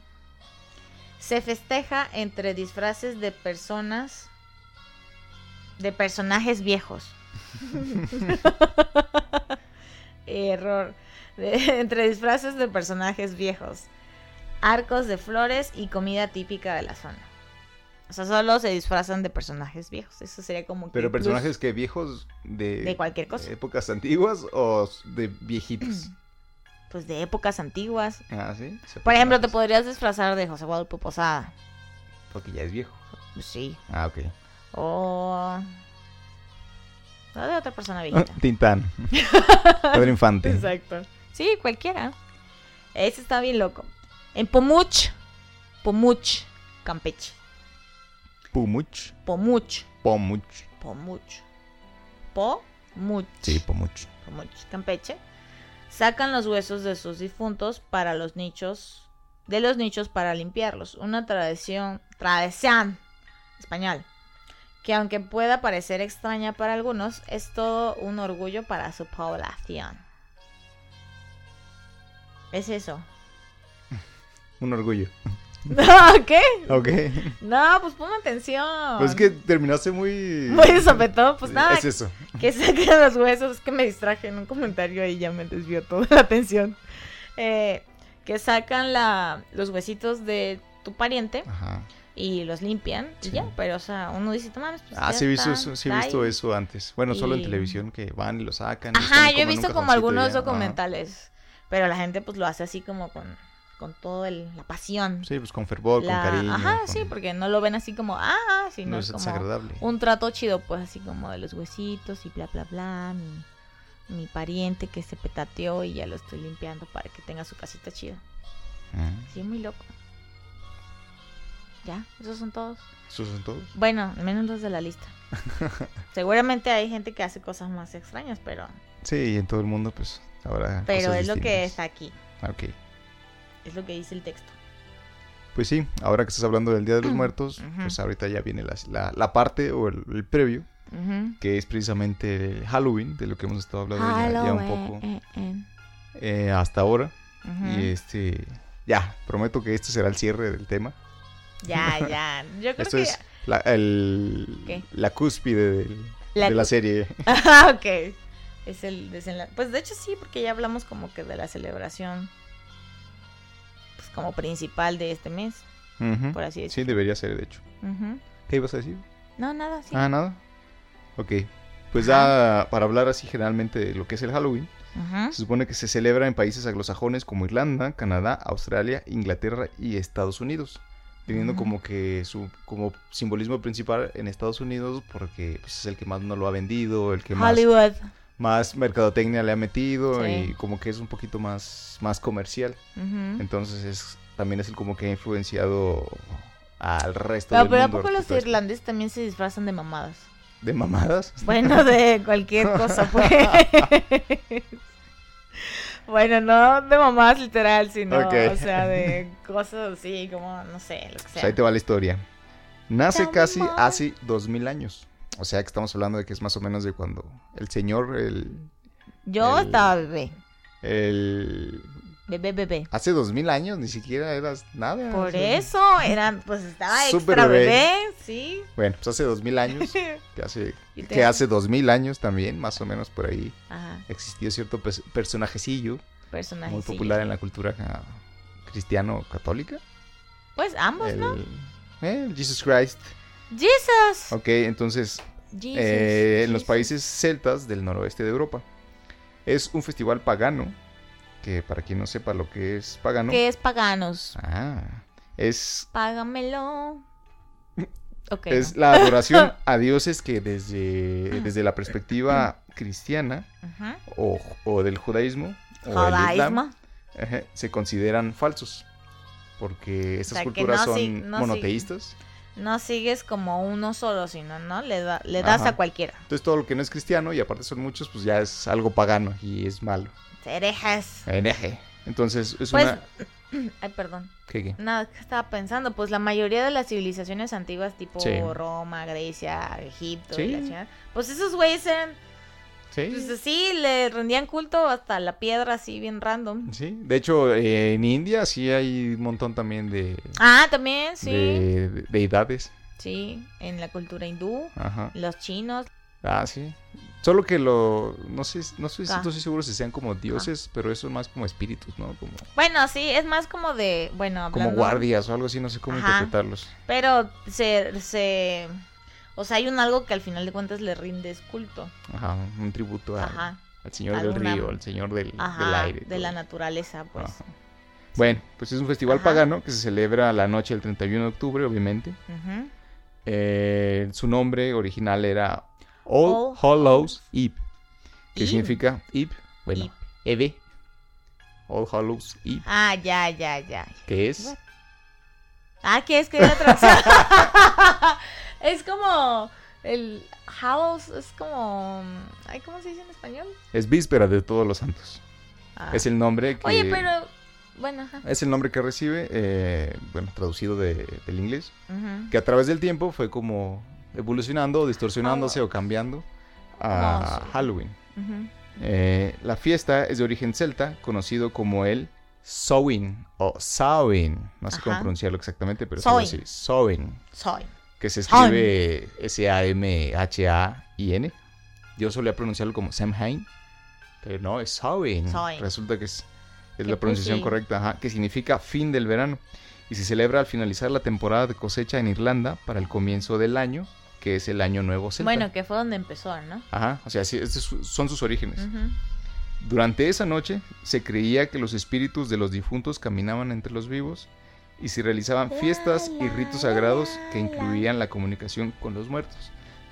[SPEAKER 2] Se festeja entre disfraces de personas, de personajes viejos. Error. De- [laughs] entre disfraces de personajes viejos, arcos de flores y comida típica de la zona. O sea, solo se disfrazan de personajes viejos. Eso sería como que
[SPEAKER 1] Pero
[SPEAKER 2] el plus
[SPEAKER 1] personajes que viejos de,
[SPEAKER 2] de cualquier cosa.
[SPEAKER 1] épocas antiguas o de viejitos.
[SPEAKER 2] [clears throat] Pues de épocas antiguas.
[SPEAKER 1] ah, sí. Se
[SPEAKER 2] Por
[SPEAKER 1] puede
[SPEAKER 2] ejemplo, te
[SPEAKER 1] amarrar.
[SPEAKER 2] podrías disfrazar de José Guadalupe Posada.
[SPEAKER 1] Porque ya es viejo.
[SPEAKER 2] Pues sí.
[SPEAKER 1] Ah, ok.
[SPEAKER 2] O. o de otra persona
[SPEAKER 1] [laughs]
[SPEAKER 2] viejita. [laughs]
[SPEAKER 1] Tintán. Pedro Infante.
[SPEAKER 2] Exacto. Sí, cualquiera. Ese está bien loco. En Pomuch. Pomuch. Campeche.
[SPEAKER 1] Pumuch.
[SPEAKER 2] Pomuch.
[SPEAKER 1] Pomuch.
[SPEAKER 2] Pomuch. Pomuch.
[SPEAKER 1] Sí, Pomuch.
[SPEAKER 2] Pomuch. Campeche. Sacan los huesos de sus difuntos para los nichos. De los nichos para limpiarlos. Una tradición. Tradición. Español. Que aunque pueda parecer extraña para algunos, es todo un orgullo para su población. Es eso. [laughs]
[SPEAKER 1] Un orgullo.
[SPEAKER 2] No, ¿qué?
[SPEAKER 1] Ok.
[SPEAKER 2] No, pues ponme atención.
[SPEAKER 1] Pues es que terminaste muy.
[SPEAKER 2] Muy sopetón, pues nada.
[SPEAKER 1] Es eso.
[SPEAKER 2] Que saquen [laughs] los huesos. Es que me distraje en un comentario ahí ya me desvió toda la atención. Eh, que sacan la, los huesitos de tu pariente
[SPEAKER 1] Ajá.
[SPEAKER 2] y los limpian y
[SPEAKER 1] Sí.
[SPEAKER 2] ya. Pero, o sea, uno dice, no mames, pues
[SPEAKER 1] Ah,
[SPEAKER 2] ya
[SPEAKER 1] sí he visto,
[SPEAKER 2] está,
[SPEAKER 1] eso, sí he
[SPEAKER 2] está
[SPEAKER 1] visto
[SPEAKER 2] ahí".
[SPEAKER 1] eso antes. Bueno, solo en
[SPEAKER 2] Y-
[SPEAKER 1] televisión que van y lo sacan. y
[SPEAKER 2] Ajá,
[SPEAKER 1] están
[SPEAKER 2] yo he
[SPEAKER 1] en un
[SPEAKER 2] visto como
[SPEAKER 1] cajoncito y
[SPEAKER 2] algunos
[SPEAKER 1] ya. Ajá.
[SPEAKER 2] documentales. Pero la gente pues lo hace así como con, con toda la pasión.
[SPEAKER 1] Sí, pues con fervor,
[SPEAKER 2] la-
[SPEAKER 1] con cariño.
[SPEAKER 2] Ajá,
[SPEAKER 1] con-
[SPEAKER 2] sí, porque no lo ven así como, ah, sino
[SPEAKER 1] No
[SPEAKER 2] es
[SPEAKER 1] es
[SPEAKER 2] como
[SPEAKER 1] desagradable.
[SPEAKER 2] un trato chido, pues así como de los huesitos y bla, bla, bla. Mi, mi pariente que se petateó y ya lo estoy limpiando para que tenga su casita chida.
[SPEAKER 1] Mm.
[SPEAKER 2] Sí, muy loco. Ya, esos son todos.
[SPEAKER 1] ¿Esos son todos?
[SPEAKER 2] Bueno, al menos los de
[SPEAKER 1] [laughs]
[SPEAKER 2] la lista. Seguramente hay gente que hace cosas más extrañas, pero,
[SPEAKER 1] Sí, y en todo el mundo, pues, habrá
[SPEAKER 2] pero
[SPEAKER 1] cosas
[SPEAKER 2] es lo que está
[SPEAKER 1] distintas.
[SPEAKER 2] aquí,
[SPEAKER 1] Ok.
[SPEAKER 2] es lo que dice el texto.
[SPEAKER 1] Pues sí, ahora que estás hablando del Día de los Muertos,
[SPEAKER 2] Ujú.
[SPEAKER 1] pues ahorita ya viene la, la- la parte o el, el previo,
[SPEAKER 2] Ujú.
[SPEAKER 1] que es precisamente el Halloween, de lo que hemos estado hablando ya, ya un poco
[SPEAKER 2] Halloween.
[SPEAKER 1] eh, hasta ahora.
[SPEAKER 2] Ujú.
[SPEAKER 1] Y este, ya, prometo que este será el cierre del tema. [laughs]
[SPEAKER 2] Ya, ya. Yo creo
[SPEAKER 1] Esto
[SPEAKER 2] que.
[SPEAKER 1] es la, el-
[SPEAKER 2] ¿Qué?
[SPEAKER 1] la cúspide del-
[SPEAKER 2] La
[SPEAKER 1] de la
[SPEAKER 2] cú- [laughs]
[SPEAKER 1] serie.
[SPEAKER 2] Ah, ok. Es el desenlace. Pues de hecho sí, porque ya hablamos como que de la celebración. Pues como principal de este mes,
[SPEAKER 1] Ujú.
[SPEAKER 2] por así decirlo.
[SPEAKER 1] Sí, debería ser, de hecho.
[SPEAKER 2] Ujú.
[SPEAKER 1] ¿Qué ibas a decir?
[SPEAKER 2] No, nada, sí.
[SPEAKER 1] Ah, nada. Ok. Pues ya, para hablar así generalmente de lo que es el Halloween,
[SPEAKER 2] Ujú.
[SPEAKER 1] se supone que se celebra en países anglosajones como Irlanda, Canadá, Australia, Inglaterra y Estados Unidos. Teniendo
[SPEAKER 2] Ujú.
[SPEAKER 1] como que su como simbolismo principal en Estados Unidos porque pues, es el que más no lo ha vendido, el que más,
[SPEAKER 2] Hollywood.
[SPEAKER 1] más mercadotecnia le ha metido
[SPEAKER 2] Sí.
[SPEAKER 1] y como que es un poquito más, más comercial.
[SPEAKER 2] Ujú.
[SPEAKER 1] Entonces es, también es el como que ha influenciado al resto
[SPEAKER 2] Pero,
[SPEAKER 1] del
[SPEAKER 2] pero ¿a
[SPEAKER 1] mundo
[SPEAKER 2] poco los
[SPEAKER 1] respecto a esto.
[SPEAKER 2] irlandeses también se disfrazan de mamadas?
[SPEAKER 1] ¿De mamadas?
[SPEAKER 2] Bueno, de cualquier cosa,
[SPEAKER 1] [laughs]
[SPEAKER 2] pues. bueno, no de mamadas literal, sino,
[SPEAKER 1] Ok.
[SPEAKER 2] o sea, de cosas así, como, no sé, lo que
[SPEAKER 1] Pues
[SPEAKER 2] sea.
[SPEAKER 1] ahí te va la historia. Nace
[SPEAKER 2] Tell me
[SPEAKER 1] casi
[SPEAKER 2] more.
[SPEAKER 1] hace 2000 años. O sea que estamos hablando de que es más o menos de cuando el señor, el...
[SPEAKER 2] Yo
[SPEAKER 1] el-
[SPEAKER 2] estaba bebé.
[SPEAKER 1] el
[SPEAKER 2] Bebé, bebé.
[SPEAKER 1] hace 2000 años ni siquiera eras nada. o
[SPEAKER 2] Por
[SPEAKER 1] sea,
[SPEAKER 2] Ah, eso eran, pues estaba
[SPEAKER 1] Súper
[SPEAKER 2] extra
[SPEAKER 1] bebé.
[SPEAKER 2] bebé, sí.
[SPEAKER 1] Bueno, pues hace 2000
[SPEAKER 2] [laughs]
[SPEAKER 1] años, que hace,
[SPEAKER 2] Y te-
[SPEAKER 1] que hace 2000 años también, más o menos por ahí,
[SPEAKER 2] Ajá,
[SPEAKER 1] existió cierto pers- personajecillo
[SPEAKER 2] personaje.
[SPEAKER 1] muy popular en la cultura ah, cristiano-católica.
[SPEAKER 2] Pues ambos,
[SPEAKER 1] el,
[SPEAKER 2] ¿no?
[SPEAKER 1] eh, el Jesus Christ.
[SPEAKER 2] Jesus.
[SPEAKER 1] Ok, entonces
[SPEAKER 2] Jesus,
[SPEAKER 1] eh, en los
[SPEAKER 2] Jesus.
[SPEAKER 1] países celtas del noroeste de Europa. Es un festival pagano, que para quien no sepa lo que es pagano,
[SPEAKER 2] Que es paganos.
[SPEAKER 1] ah, es, [laughs]
[SPEAKER 2] Págamelo. Ok.
[SPEAKER 1] es
[SPEAKER 2] ¿no?
[SPEAKER 1] la
[SPEAKER 2] [laughs]
[SPEAKER 1] adoración a dioses que desde, desde la
[SPEAKER 2] [laughs]
[SPEAKER 1] perspectiva cristiana
[SPEAKER 2] Ajá.
[SPEAKER 1] o, o del judaísmo o del
[SPEAKER 2] Judaísmo.
[SPEAKER 1] islam ajá, se consideran falsos. Porque estas
[SPEAKER 2] sea, que
[SPEAKER 1] culturas
[SPEAKER 2] no
[SPEAKER 1] son
[SPEAKER 2] sig- no sig-
[SPEAKER 1] monoteístas.
[SPEAKER 2] No sigues como uno solo, sino, ¿no? Le, da- le das
[SPEAKER 1] Ajá.
[SPEAKER 2] a cualquiera.
[SPEAKER 1] Entonces todo lo que no es cristiano, y aparte son muchos, pues ya es algo pagano y es malo. [laughs]
[SPEAKER 2] Herejes.
[SPEAKER 1] Hereje. Entonces es
[SPEAKER 2] Pues,
[SPEAKER 1] una...
[SPEAKER 2] ay, perdón.
[SPEAKER 1] ¿Qué, qué?
[SPEAKER 2] Nada, que estaba pensando, pues la mayoría de las civilizaciones antiguas, tipo
[SPEAKER 1] Sí.
[SPEAKER 2] Roma, Grecia, Egipto,
[SPEAKER 1] Sí.
[SPEAKER 2] y la chingada, pues esos güeyes eran,
[SPEAKER 1] Sí.
[SPEAKER 2] pues así, le rendían culto hasta la piedra, así bien random.
[SPEAKER 1] Sí, de hecho eh, en India sí hay un montón también de,
[SPEAKER 2] Ah, también, sí.
[SPEAKER 1] de- de deidades.
[SPEAKER 2] Sí, en la cultura hindú,
[SPEAKER 1] Ajá.
[SPEAKER 2] los chinos,
[SPEAKER 1] Ah, sí. Solo que lo no sé, no sé si
[SPEAKER 2] Ah.
[SPEAKER 1] no estoy seguro si sean como dioses, pero eso es más como espíritus, ¿no? Como,
[SPEAKER 2] bueno, sí, es más como de, bueno,
[SPEAKER 1] como
[SPEAKER 2] hablando,
[SPEAKER 1] guardias o algo así, no sé cómo
[SPEAKER 2] Ajá.
[SPEAKER 1] interpretarlos.
[SPEAKER 2] pero se, se, o sea, hay un algo que al final de cuentas le rindes culto,
[SPEAKER 1] Ajá, un tributo al-
[SPEAKER 2] ajá,
[SPEAKER 1] al señor
[SPEAKER 2] alguna-
[SPEAKER 1] del río, al señor del, del
[SPEAKER 2] ajá,
[SPEAKER 1] aire. y
[SPEAKER 2] de
[SPEAKER 1] todo.
[SPEAKER 2] la naturaleza, pues.
[SPEAKER 1] Ajá. Bueno, pues es un festival
[SPEAKER 2] Ajá.
[SPEAKER 1] pagano que se celebra la noche del 31 de octubre, obviamente.
[SPEAKER 2] Ujú.
[SPEAKER 1] Eh, su nombre original era All
[SPEAKER 2] All
[SPEAKER 1] Hallows Eve, que
[SPEAKER 2] Eve.
[SPEAKER 1] significa Eve, bueno, Eve, All Hallows Eve,
[SPEAKER 2] Ah, ya, ya, ya.
[SPEAKER 1] que es,
[SPEAKER 2] [laughs] Ah, que es que la traducción. [laughs] es como el Hallows, es como. Ay, ¿cómo se dice en español?
[SPEAKER 1] es víspera de todos los santos.
[SPEAKER 2] Ah.
[SPEAKER 1] Es el nombre que
[SPEAKER 2] Oye, pero. Bueno, ajá.
[SPEAKER 1] es el nombre que recibe, eh, bueno, traducido de- del inglés,
[SPEAKER 2] Ujú.
[SPEAKER 1] que a través del tiempo fue como evolucionando,
[SPEAKER 2] Ah.
[SPEAKER 1] distorsionándose o cambiando a
[SPEAKER 2] No, sí.
[SPEAKER 1] Halloween.
[SPEAKER 2] Ujú.
[SPEAKER 1] Eh, la fiesta es de origen celta, conocido como el Samhain o Samhain. No sé cómo
[SPEAKER 2] Ajá.
[SPEAKER 1] pronunciarlo exactamente, pero es algo así.
[SPEAKER 2] Samhain.
[SPEAKER 1] Samhain,
[SPEAKER 2] Soy.
[SPEAKER 1] que se escribe S-A-M-H-A-I-N. Yo solía pronunciarlo como Samhain, pero no, es Samhain.
[SPEAKER 2] Samhain.
[SPEAKER 1] Resulta que es, es
[SPEAKER 2] Qué
[SPEAKER 1] la pronunciación
[SPEAKER 2] pussy.
[SPEAKER 1] correcta, ajá, que significa fin del verano. Y se celebra al finalizar la temporada de cosecha en Irlanda para el comienzo del año, que es el año nuevo celta.
[SPEAKER 2] Bueno, que fue donde empezó,
[SPEAKER 1] este
[SPEAKER 2] ¿no?
[SPEAKER 1] Pues, Ajá, o sea, sí, estos son sus orígenes.
[SPEAKER 2] Ujú.
[SPEAKER 1] Durante esa noche se creía que los espíritus de los difuntos caminaban entre los vivos y se realizaban fiestas y ritos sagrados que incluían la comunicación con los muertos.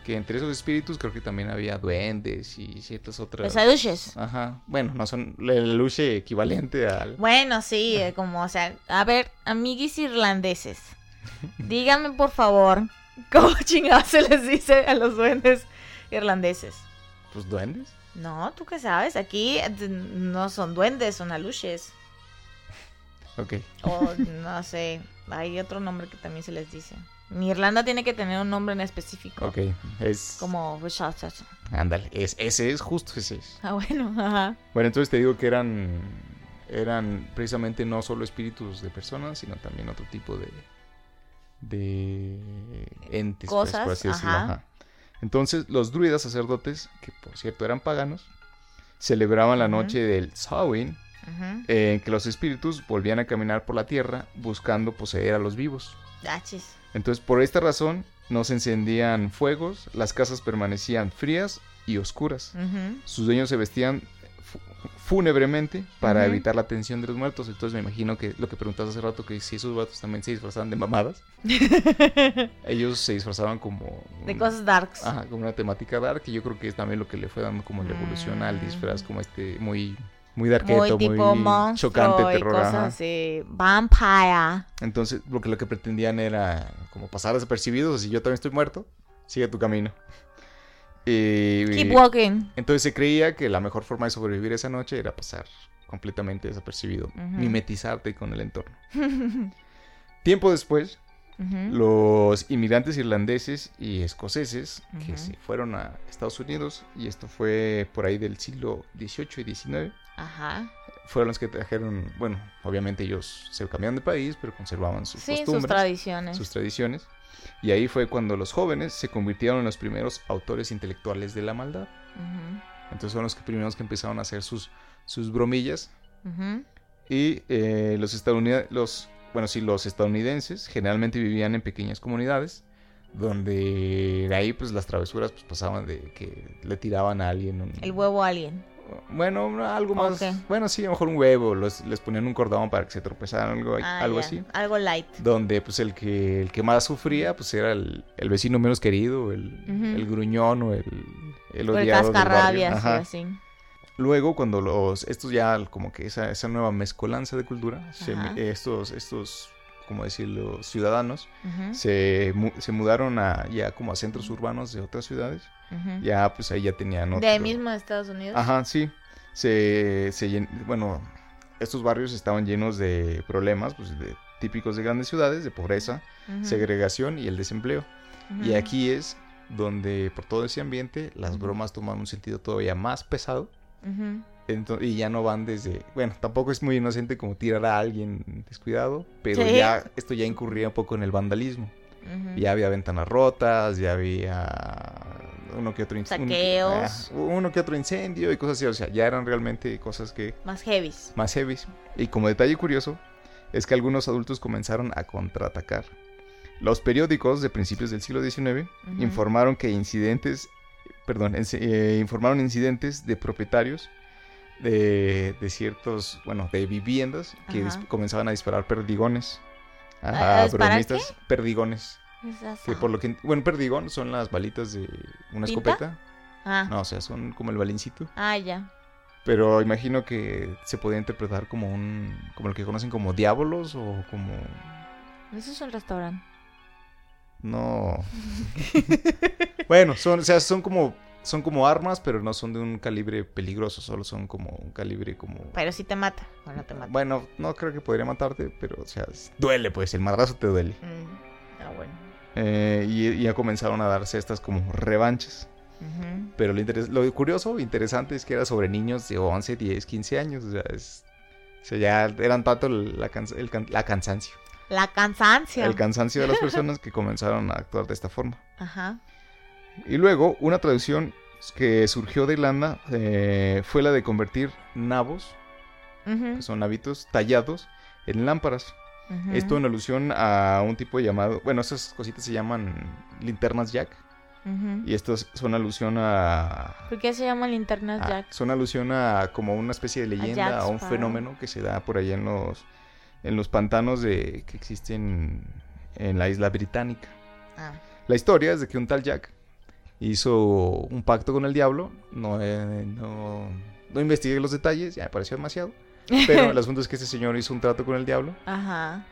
[SPEAKER 1] Que entre esos espíritus creo que también había duendes y ciertas otras...
[SPEAKER 2] Los aluches.
[SPEAKER 1] Ajá. Bueno, no son el luche equivalente al...
[SPEAKER 2] Bueno, sí, eh, como, o sea, a ver, amiguis irlandeses, díganme por favor, [laughs] ¿cómo chingados se les dice a los duendes irlandeses?
[SPEAKER 1] Pues duendes.
[SPEAKER 2] No, tú qué sabes, aquí eh, no son duendes, son aluches.
[SPEAKER 1] Ok. [laughs]
[SPEAKER 2] O no sé, hay otro nombre que también se les dice. Mi Irlanda tiene que tener un nombre en específico.
[SPEAKER 1] Ok. Es...
[SPEAKER 2] Como Richard.
[SPEAKER 1] Ándale. Es, ese es justo ese es.
[SPEAKER 2] [laughs] Ah, bueno, ajá.
[SPEAKER 1] Bueno, entonces te digo que eran... Eran precisamente no solo espíritus de personas, sino también otro tipo de... De... Entes, pues,
[SPEAKER 2] Cosas,
[SPEAKER 1] por así decirlo,
[SPEAKER 2] ajá.
[SPEAKER 1] ajá. Entonces, los druidas sacerdotes, que por cierto eran paganos, celebraban la
[SPEAKER 2] Ujú.
[SPEAKER 1] noche del Samhain,
[SPEAKER 2] Ujú.
[SPEAKER 1] en que los espíritus volvían a caminar por la tierra buscando poseer a los vivos.
[SPEAKER 2] Ah, chis.
[SPEAKER 1] Entonces, por esta razón, no se encendían fuegos, las casas permanecían frías y oscuras.
[SPEAKER 2] Ujú.
[SPEAKER 1] Sus dueños se vestían fu- fúnebremente para
[SPEAKER 2] Ujú.
[SPEAKER 1] evitar la atención de los muertos. Entonces, me imagino que lo que preguntaste hace rato, que si esos vatos también se disfrazaban de
[SPEAKER 2] [laughs]
[SPEAKER 1] mamadas, ellos se disfrazaban como...
[SPEAKER 2] De
[SPEAKER 1] un-
[SPEAKER 2] cosas darks.
[SPEAKER 1] Ajá, como una temática dark, que yo creo que es también lo que le fue dando como la evolución al disfraz, como este muy, muy darketo,
[SPEAKER 2] Ah. Muy
[SPEAKER 1] muy,
[SPEAKER 2] tipo monstruo
[SPEAKER 1] chocante,
[SPEAKER 2] y
[SPEAKER 1] terror.
[SPEAKER 2] cosas
[SPEAKER 1] ajá.
[SPEAKER 2] así. Vampire.
[SPEAKER 1] Entonces, lo que, lo que pretendían era como pasar desapercibidos, así yo también estoy muerto, sigue tu camino. Y,
[SPEAKER 2] Keep walking.
[SPEAKER 1] entonces se creía que la mejor forma de sobrevivir esa noche era pasar completamente desapercibido, mimetizarte con el entorno. [laughs] Tiempo después,
[SPEAKER 2] Ujú.
[SPEAKER 1] los inmigrantes irlandeses y escoceses que
[SPEAKER 2] Ujú.
[SPEAKER 1] se fueron a Estados Unidos, y esto fue por ahí del siglo XVIII y XIX,
[SPEAKER 2] Ajá.
[SPEAKER 1] fueron los que trajeron, bueno, obviamente ellos se cambiaron de país, pero conservaban sus
[SPEAKER 2] Sí, sus
[SPEAKER 1] costumbres,
[SPEAKER 2] tradiciones.
[SPEAKER 1] sus tradiciones, y ahí fue cuando los jóvenes se convirtieron en los primeros autores intelectuales de la maldad.
[SPEAKER 2] Ujú.
[SPEAKER 1] Entonces son los que primeros que empezaron a hacer sus, sus bromillas
[SPEAKER 2] Ujú.
[SPEAKER 1] y eh, los estadounidenses, los, bueno, sí, los estadounidenses generalmente vivían en pequeñas comunidades donde de ahí pues las travesuras pues pasaban de que le tiraban a alguien un-
[SPEAKER 2] El huevo alien.
[SPEAKER 1] Bueno, no, algo más.
[SPEAKER 2] Ok.
[SPEAKER 1] Bueno, sí, a lo mejor un huevo, los- les ponían un cordón para que se tropezaran, algo,
[SPEAKER 2] Ah,
[SPEAKER 1] algo
[SPEAKER 2] ya.
[SPEAKER 1] así.
[SPEAKER 2] Algo light.
[SPEAKER 1] Donde pues el que, el que más sufría pues era el, el vecino menos querido, el,
[SPEAKER 2] Ujú.
[SPEAKER 1] el gruñón o el, el
[SPEAKER 2] Por el
[SPEAKER 1] odiado del barrio.
[SPEAKER 2] cascarrabias y
[SPEAKER 1] Ajá.
[SPEAKER 2] así.
[SPEAKER 1] Luego, cuando los. Estos ya, como que esa, esa nueva mezcolanza de cultura, se-
[SPEAKER 2] Ajá.
[SPEAKER 1] estos, estos, como decirlo, ciudadanos,
[SPEAKER 2] Ujú.
[SPEAKER 1] se, mu- se mudaron a, ya como a centros urbanos de otras ciudades.
[SPEAKER 2] Ujú.
[SPEAKER 1] Ya, pues ahí ya tenían otro.
[SPEAKER 2] De ahí mismo de Estados Unidos.
[SPEAKER 1] Ajá, sí. Se, se llen- Bueno, estos barrios estaban llenos de problemas, pues de típicos de grandes ciudades, de pobreza,
[SPEAKER 2] Ujú.
[SPEAKER 1] segregación y el desempleo. Y
[SPEAKER 2] Ujú.
[SPEAKER 1] aquí es donde, por todo ese ambiente, las
[SPEAKER 2] Ujú.
[SPEAKER 1] bromas toman un sentido todavía más pesado.
[SPEAKER 2] Ujú.
[SPEAKER 1] Ento- y ya no van desde, bueno, tampoco es muy inocente como tirar a alguien descuidado, pero
[SPEAKER 2] Sí.
[SPEAKER 1] ya esto ya incurría un poco en el vandalismo.
[SPEAKER 2] Ujú.
[SPEAKER 1] Ya había ventanas rotas, ya había uno que otro inc- un-
[SPEAKER 2] Saqueos.
[SPEAKER 1] ah, uno que otro incendio y cosas así, o sea, ya eran realmente cosas que
[SPEAKER 2] Más heavies.
[SPEAKER 1] más heavy. Y como detalle curioso, es que algunos adultos comenzaron a contraatacar. Los periódicos de principios del siglo XIX
[SPEAKER 2] Ujú.
[SPEAKER 1] informaron que incidentes, perdón, ens- eh, informaron incidentes de propietarios de, de ciertos, bueno, de viviendas que dis-
[SPEAKER 2] Ajá.
[SPEAKER 1] comenzaban a disparar perdigones.
[SPEAKER 2] ¿A- a
[SPEAKER 1] A,
[SPEAKER 2] disparar
[SPEAKER 1] bromistas, perdigones.
[SPEAKER 2] Esas-
[SPEAKER 1] Que por lo que, bueno, perdigón son las balitas de una
[SPEAKER 2] ¿Tinta?
[SPEAKER 1] escopeta.
[SPEAKER 2] Ah.
[SPEAKER 1] No, o sea, son como el balincito.
[SPEAKER 2] Ah, ya.
[SPEAKER 1] Pero imagino que se podía interpretar como un. como el que conocen como diablos o como.
[SPEAKER 2] Eso es un restaurante. [laughs]
[SPEAKER 1] No. bueno, son, o sea, son como. Son como armas, pero no son de un calibre peligroso, solo son como un calibre como.
[SPEAKER 2] Pero si te mata o no te mata.
[SPEAKER 1] Bueno, no creo que podría matarte, pero o sea, es- duele pues, el madrazo te duele.
[SPEAKER 2] Mm. Ah, bueno.
[SPEAKER 1] Eh, y, y ya comenzaron a darse estas como revanchas.
[SPEAKER 2] Ujú.
[SPEAKER 1] Pero lo, interes- lo curioso, interesante es que era sobre niños de 11, 10, 15 años. O sea, es- o sea, ya eran tanto el- la, cansa- el can- la cansancio.
[SPEAKER 2] La cansancia.
[SPEAKER 1] el cansancio de
[SPEAKER 2] [laughs]
[SPEAKER 1] las personas que comenzaron a actuar de esta forma.
[SPEAKER 2] Ajá.
[SPEAKER 1] Y luego, una traducción que surgió de Irlanda eh, fue la de convertir nabos,
[SPEAKER 2] Ujú.
[SPEAKER 1] que son navitos tallados, en lámparas.
[SPEAKER 2] Ujú.
[SPEAKER 1] Esto en alusión a un tipo llamado, bueno, esas cositas se llaman linternas jack,
[SPEAKER 2] Ujú.
[SPEAKER 1] Y estos son alusión a...
[SPEAKER 2] ¿Por qué se llama linternas
[SPEAKER 1] a-
[SPEAKER 2] Jack?
[SPEAKER 1] son alusión a como una especie de leyenda,
[SPEAKER 2] Jack
[SPEAKER 1] a, un
[SPEAKER 2] Sparrow.
[SPEAKER 1] fenómeno que se da por allá en los, en los pantanos de, que existen en la isla británica.
[SPEAKER 2] Ah.
[SPEAKER 1] La historia es de que un tal Jack hizo un pacto con el diablo. No, eh, no, no investigué los detalles, ya me pareció demasiado. Pero
[SPEAKER 2] [laughs]
[SPEAKER 1] el asunto es que este señor hizo un trato con el diablo,
[SPEAKER 2] Ajá.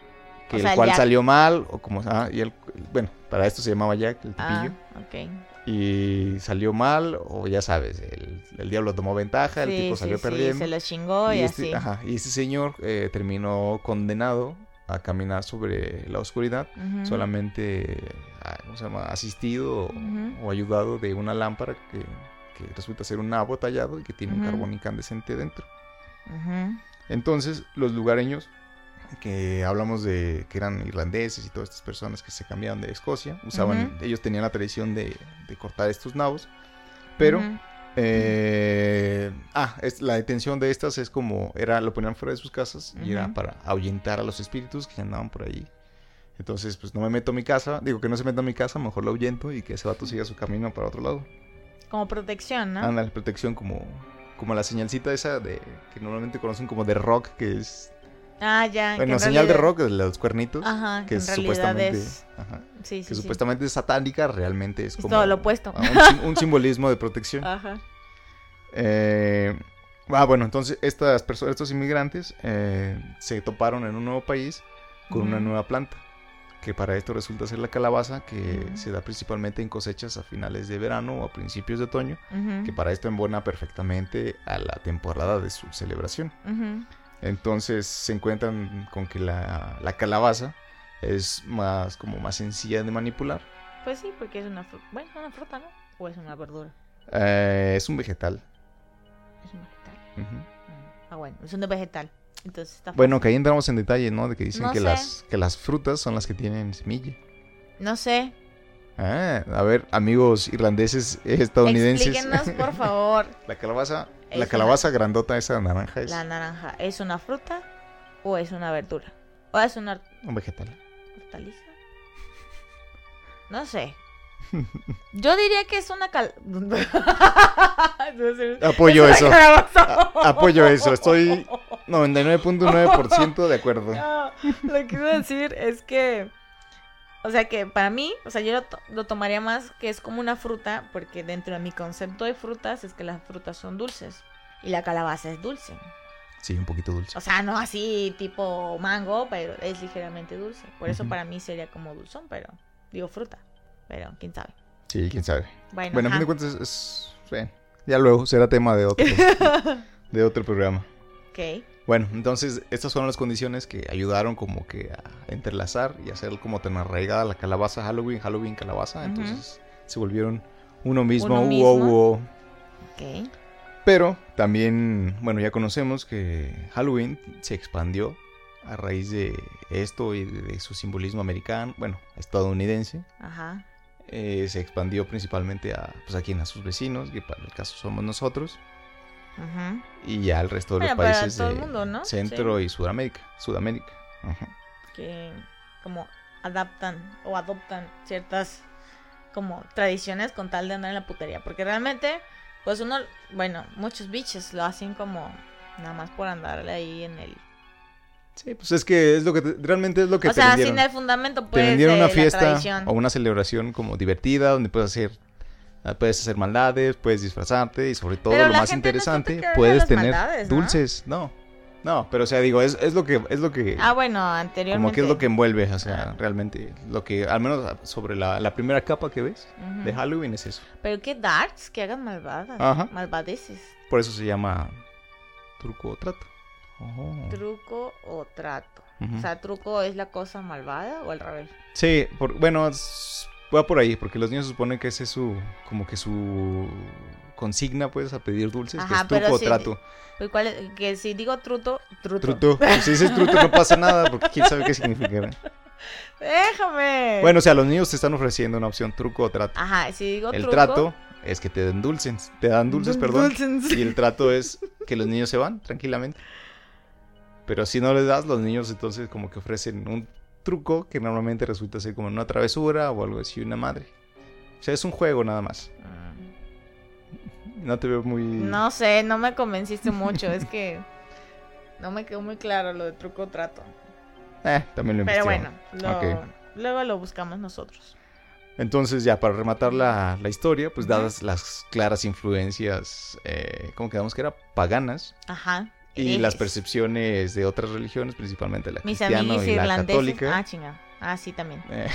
[SPEAKER 1] que
[SPEAKER 2] O
[SPEAKER 1] el
[SPEAKER 2] sea, el
[SPEAKER 1] cual
[SPEAKER 2] Jack.
[SPEAKER 1] salió mal, o como. ah, y el- bueno, para esto se llamaba Jack, el
[SPEAKER 2] Ah,
[SPEAKER 1] tipillo.
[SPEAKER 2] ok.
[SPEAKER 1] Y salió mal, o ya sabes, el, el diablo tomó ventaja, el
[SPEAKER 2] Sí,
[SPEAKER 1] tipo salió
[SPEAKER 2] sí, sí,
[SPEAKER 1] perdiendo.
[SPEAKER 2] se lo chingó y,
[SPEAKER 1] y,
[SPEAKER 2] así.
[SPEAKER 1] este, ajá, y este señor eh, terminó condenado a caminar sobre la oscuridad
[SPEAKER 2] Ujú.
[SPEAKER 1] solamente ah, ¿cómo se llama? asistido o-
[SPEAKER 2] Ujú.
[SPEAKER 1] o ayudado de una lámpara que, que resulta ser un nabo tallado y que tiene un
[SPEAKER 2] Ujú.
[SPEAKER 1] carbón incandescente dentro.
[SPEAKER 2] Ujú.
[SPEAKER 1] Entonces, los lugareños, que hablamos de que eran irlandeses y todas estas personas que se cambiaron de Escocia, usaban, ellos tenían la tradición de, de cortar estos nabos, pero...
[SPEAKER 2] Ujú.
[SPEAKER 1] eh, ah, es- la detención de estas es como era lo ponían fuera de sus casas y era
[SPEAKER 2] Ujú.
[SPEAKER 1] para ahuyentar a los espíritus que andaban por ahí. Entonces, pues no me meto a mi casa, digo que no se meta a mi casa, mejor lo ahuyento y que ese vato siga su camino para otro lado.
[SPEAKER 2] Como protección, ¿no?
[SPEAKER 1] Ándale, protección como, como la señalcita esa de que normalmente conocen como de rock, que es
[SPEAKER 2] Ah, ya. que
[SPEAKER 1] bueno,
[SPEAKER 2] en
[SPEAKER 1] señal de
[SPEAKER 2] realidad-
[SPEAKER 1] rock de los cuernitos.
[SPEAKER 2] Ajá, que,
[SPEAKER 1] que
[SPEAKER 2] en realidad
[SPEAKER 1] supuestamente.
[SPEAKER 2] es.
[SPEAKER 1] ajá,
[SPEAKER 2] Sí, sí.
[SPEAKER 1] que
[SPEAKER 2] sí.
[SPEAKER 1] supuestamente es satánica, realmente es
[SPEAKER 2] Es
[SPEAKER 1] como.
[SPEAKER 2] todo lo opuesto.
[SPEAKER 1] ah, Un, sim- un simbolismo de
[SPEAKER 2] [laughs]
[SPEAKER 1] protección.
[SPEAKER 2] Ajá.
[SPEAKER 1] Eh, ah, bueno, entonces estas personas, estos inmigrantes eh, se toparon en un nuevo país con una
[SPEAKER 2] Ujú.
[SPEAKER 1] nueva planta. Que para esto resulta ser la calabaza, que
[SPEAKER 2] Ujú.
[SPEAKER 1] se da principalmente en cosechas a finales de verano o a principios de otoño.
[SPEAKER 2] Ujú,
[SPEAKER 1] Que para esto embona perfectamente a la temporada de su celebración.
[SPEAKER 2] ujú.
[SPEAKER 1] Entonces se encuentran con que la, la calabaza es más como más sencilla de manipular.
[SPEAKER 2] Pues sí, porque es una fruta. Bueno, una fruta, ¿no? O es una verdura.
[SPEAKER 1] Eh, es un vegetal.
[SPEAKER 2] Es un vegetal.
[SPEAKER 1] Ujú.
[SPEAKER 2] Mm. Ah, bueno, es un vegetal. Entonces está
[SPEAKER 1] Bueno, que
[SPEAKER 2] fácil.
[SPEAKER 1] ahí entramos en detalle, ¿no? De que dicen
[SPEAKER 2] No
[SPEAKER 1] que
[SPEAKER 2] sé.
[SPEAKER 1] las que las frutas son las que tienen semilla.
[SPEAKER 2] No sé.
[SPEAKER 1] Ah, a ver, amigos irlandeses eh, estadounidenses.
[SPEAKER 2] Explíquenos, por favor.
[SPEAKER 1] La calabaza,
[SPEAKER 2] Es
[SPEAKER 1] la
[SPEAKER 2] una-
[SPEAKER 1] calabaza grandota esa naranja [laughs] es
[SPEAKER 2] ¿La naranja es una fruta o es una verdura? ¿O es una
[SPEAKER 1] un vegetal.
[SPEAKER 2] hortaliza?
[SPEAKER 1] [laughs]
[SPEAKER 2] No sé. Yo diría que es una cal... [laughs]
[SPEAKER 1] Apoyo
[SPEAKER 2] Es
[SPEAKER 1] eso.
[SPEAKER 2] una calabaza.
[SPEAKER 1] A- apoyo eso, estoy- 99.9% de
[SPEAKER 2] [laughs]
[SPEAKER 1] acuerdo.
[SPEAKER 2] No, lo que iba a decir es que... O sea que para mí, o sea, yo lo, to- lo tomaría más que es como una fruta, porque dentro de mi concepto de frutas es que las frutas son dulces y la calabaza es dulce.
[SPEAKER 1] Sí, un poquito dulce.
[SPEAKER 2] O sea, no así tipo mango, pero es ligeramente dulce. Por eso
[SPEAKER 1] Ujú.
[SPEAKER 2] para mí sería como dulzón, pero digo fruta. Pero quién sabe.
[SPEAKER 1] Sí, quién sabe.
[SPEAKER 2] Bueno,
[SPEAKER 1] Bueno, a fin
[SPEAKER 2] ajá.
[SPEAKER 1] de cuentas es, es- bueno, ya luego será tema de
[SPEAKER 2] [laughs]
[SPEAKER 1] otro, de otro programa.
[SPEAKER 2] ok.
[SPEAKER 1] Bueno, entonces estas fueron las condiciones que ayudaron como que a entrelazar y hacer como tan arraigada la calabaza Halloween, Halloween calabaza.
[SPEAKER 2] Ujú.
[SPEAKER 1] Entonces se volvieron uno mismo,
[SPEAKER 2] Uno
[SPEAKER 1] uo,
[SPEAKER 2] mismo.
[SPEAKER 1] uo.
[SPEAKER 2] Ok.
[SPEAKER 1] Pero también, bueno, ya conocemos que Halloween se expandió a raíz de esto y de de su simbolismo americano, bueno, estadounidense.
[SPEAKER 2] Ajá.
[SPEAKER 1] Eh, se expandió principalmente a, pues aquí en a sus vecinos, que para el caso somos nosotros,
[SPEAKER 2] Ujú.
[SPEAKER 1] y ya al resto de los
[SPEAKER 2] Bueno, para
[SPEAKER 1] países
[SPEAKER 2] todo
[SPEAKER 1] de
[SPEAKER 2] el mundo, ¿no?
[SPEAKER 1] Centro y Sudamérica. Sudamérica. Ajá.
[SPEAKER 2] Que como adaptan o adoptan ciertas como tradiciones con tal de andar en la putería. Porque realmente, pues uno, bueno, muchos biches lo hacen como nada más por andarle ahí en el...
[SPEAKER 1] Sí, pues es que es lo que te- realmente es lo que
[SPEAKER 2] o
[SPEAKER 1] te
[SPEAKER 2] sea, sin
[SPEAKER 1] vendieron.
[SPEAKER 2] el fundamento,
[SPEAKER 1] te
[SPEAKER 2] pues,
[SPEAKER 1] vendieron
[SPEAKER 2] de
[SPEAKER 1] una
[SPEAKER 2] la
[SPEAKER 1] fiesta
[SPEAKER 2] tradición.
[SPEAKER 1] o una celebración como divertida donde puedes hacer ah, puedes hacer maldades, puedes disfrazarte y sobre todo
[SPEAKER 2] Pero
[SPEAKER 1] lo
[SPEAKER 2] la
[SPEAKER 1] más
[SPEAKER 2] gente no creo que
[SPEAKER 1] interesante,
[SPEAKER 2] haga
[SPEAKER 1] puedes
[SPEAKER 2] las
[SPEAKER 1] tener
[SPEAKER 2] maldades, ¿no?
[SPEAKER 1] dulces, no. No, pero o sea, digo, es, es lo que es lo que
[SPEAKER 2] Ah, bueno, anteriormente.
[SPEAKER 1] como que es lo que envuelve, o sea,
[SPEAKER 2] Ah.
[SPEAKER 1] realmente lo que al menos ah, sobre la, la primera capa que ves
[SPEAKER 2] Ujú.
[SPEAKER 1] de Halloween es eso.
[SPEAKER 2] Pero qué darts que hagan malvadas.
[SPEAKER 1] Ajá.
[SPEAKER 2] Malvadeces.
[SPEAKER 1] Por eso se llama truco o trato. Oh.
[SPEAKER 2] Truco o trato.
[SPEAKER 1] Ujú.
[SPEAKER 2] O sea, truco es la cosa malvada o al revés.
[SPEAKER 1] Sí, por- bueno, s- va por ahí, porque los niños suponen que ese es su, como que su consigna, pues, a pedir dulces,
[SPEAKER 2] Ajá,
[SPEAKER 1] que es
[SPEAKER 2] pero
[SPEAKER 1] truco o
[SPEAKER 2] si-
[SPEAKER 1] trato.
[SPEAKER 2] Pues, ¿cuál es? Que si digo truto, truto.
[SPEAKER 1] Truto. Pues, si dices truto no pasa nada, porque quién sabe qué significa.
[SPEAKER 2] [laughs] Déjame.
[SPEAKER 1] Bueno, o sea, los niños te están ofreciendo una opción truco o trato.
[SPEAKER 2] Ajá, si digo
[SPEAKER 1] El
[SPEAKER 2] Ah, truco.
[SPEAKER 1] trato es que te den dulces, te dan dulces,
[SPEAKER 2] dul-
[SPEAKER 1] perdón.
[SPEAKER 2] dulces.
[SPEAKER 1] Y el trato es que los niños se van tranquilamente. Pero si no les das, los niños entonces como que ofrecen un truco que normalmente resulta ser como una travesura o algo así, una madre. O sea, es un juego nada más.
[SPEAKER 2] Mm.
[SPEAKER 1] No te veo muy...
[SPEAKER 2] No sé, no me convenciste mucho. es que no me quedó muy claro lo de truco o trato.
[SPEAKER 1] Eh, también lo
[SPEAKER 2] Pero bueno,
[SPEAKER 1] investigo.
[SPEAKER 2] lo-
[SPEAKER 1] Ok.
[SPEAKER 2] luego lo buscamos nosotros.
[SPEAKER 1] Entonces, ya para rematar la, la historia, pues dadas las claras influencias, eh, ¿cómo quedamos que era? Paganas.
[SPEAKER 2] Ajá.
[SPEAKER 1] Y las
[SPEAKER 2] herejes.
[SPEAKER 1] percepciones de otras religiones, principalmente la
[SPEAKER 2] Mis
[SPEAKER 1] cristiana
[SPEAKER 2] amigos
[SPEAKER 1] y la
[SPEAKER 2] irlandeses.
[SPEAKER 1] católica.
[SPEAKER 2] Ah, chinga. Ah, sí, también.
[SPEAKER 1] Eh,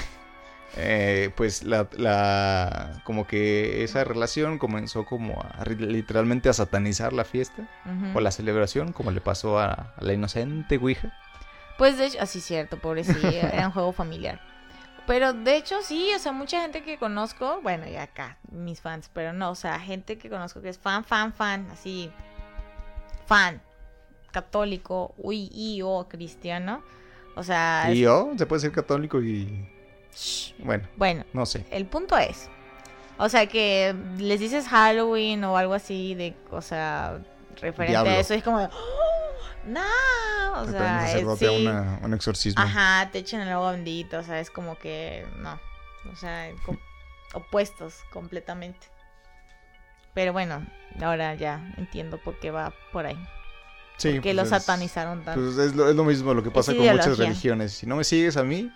[SPEAKER 1] eh, pues la, la- Como que esa relación comenzó como a ri- literalmente a satanizar la fiesta
[SPEAKER 2] Ujú.
[SPEAKER 1] o la celebración, como le pasó a, a la inocente Ouija.
[SPEAKER 2] Pues de hecho, así es cierto,
[SPEAKER 1] [laughs]
[SPEAKER 2] pobre sí, era un juego familiar. Pero de hecho sí, o sea, mucha gente que conozco, bueno, y acá mis fans, pero no, o sea, gente que conozco que es fan, fan, fan, así, fan, católico, uy, y o cristiano, o sea, Ah, es-
[SPEAKER 1] Y yo, se puede ser católico y.
[SPEAKER 2] Shh.
[SPEAKER 1] Bueno,
[SPEAKER 2] bueno,
[SPEAKER 1] no sé.
[SPEAKER 2] el punto es, o sea, que les dices Halloween o algo así de, o sea, referente
[SPEAKER 1] Diablo.
[SPEAKER 2] a eso, es como, de, ¡Oh! no, o
[SPEAKER 1] Me
[SPEAKER 2] sea,
[SPEAKER 1] parece
[SPEAKER 2] es-
[SPEAKER 1] sacerdote a
[SPEAKER 2] sí.
[SPEAKER 1] una- un exorcismo.
[SPEAKER 2] Ajá, te echan el agua bendita, o sea, es como que no, o sea, co- opuestos completamente. Pero bueno, ahora ya entiendo por qué va por ahí,
[SPEAKER 1] Sí,
[SPEAKER 2] que
[SPEAKER 1] pues
[SPEAKER 2] lo
[SPEAKER 1] es-
[SPEAKER 2] satanizaron tanto.
[SPEAKER 1] Pues es lo, es lo mismo lo que pasa con muchas
[SPEAKER 2] ideología.
[SPEAKER 1] religiones. Si no me sigues a mí,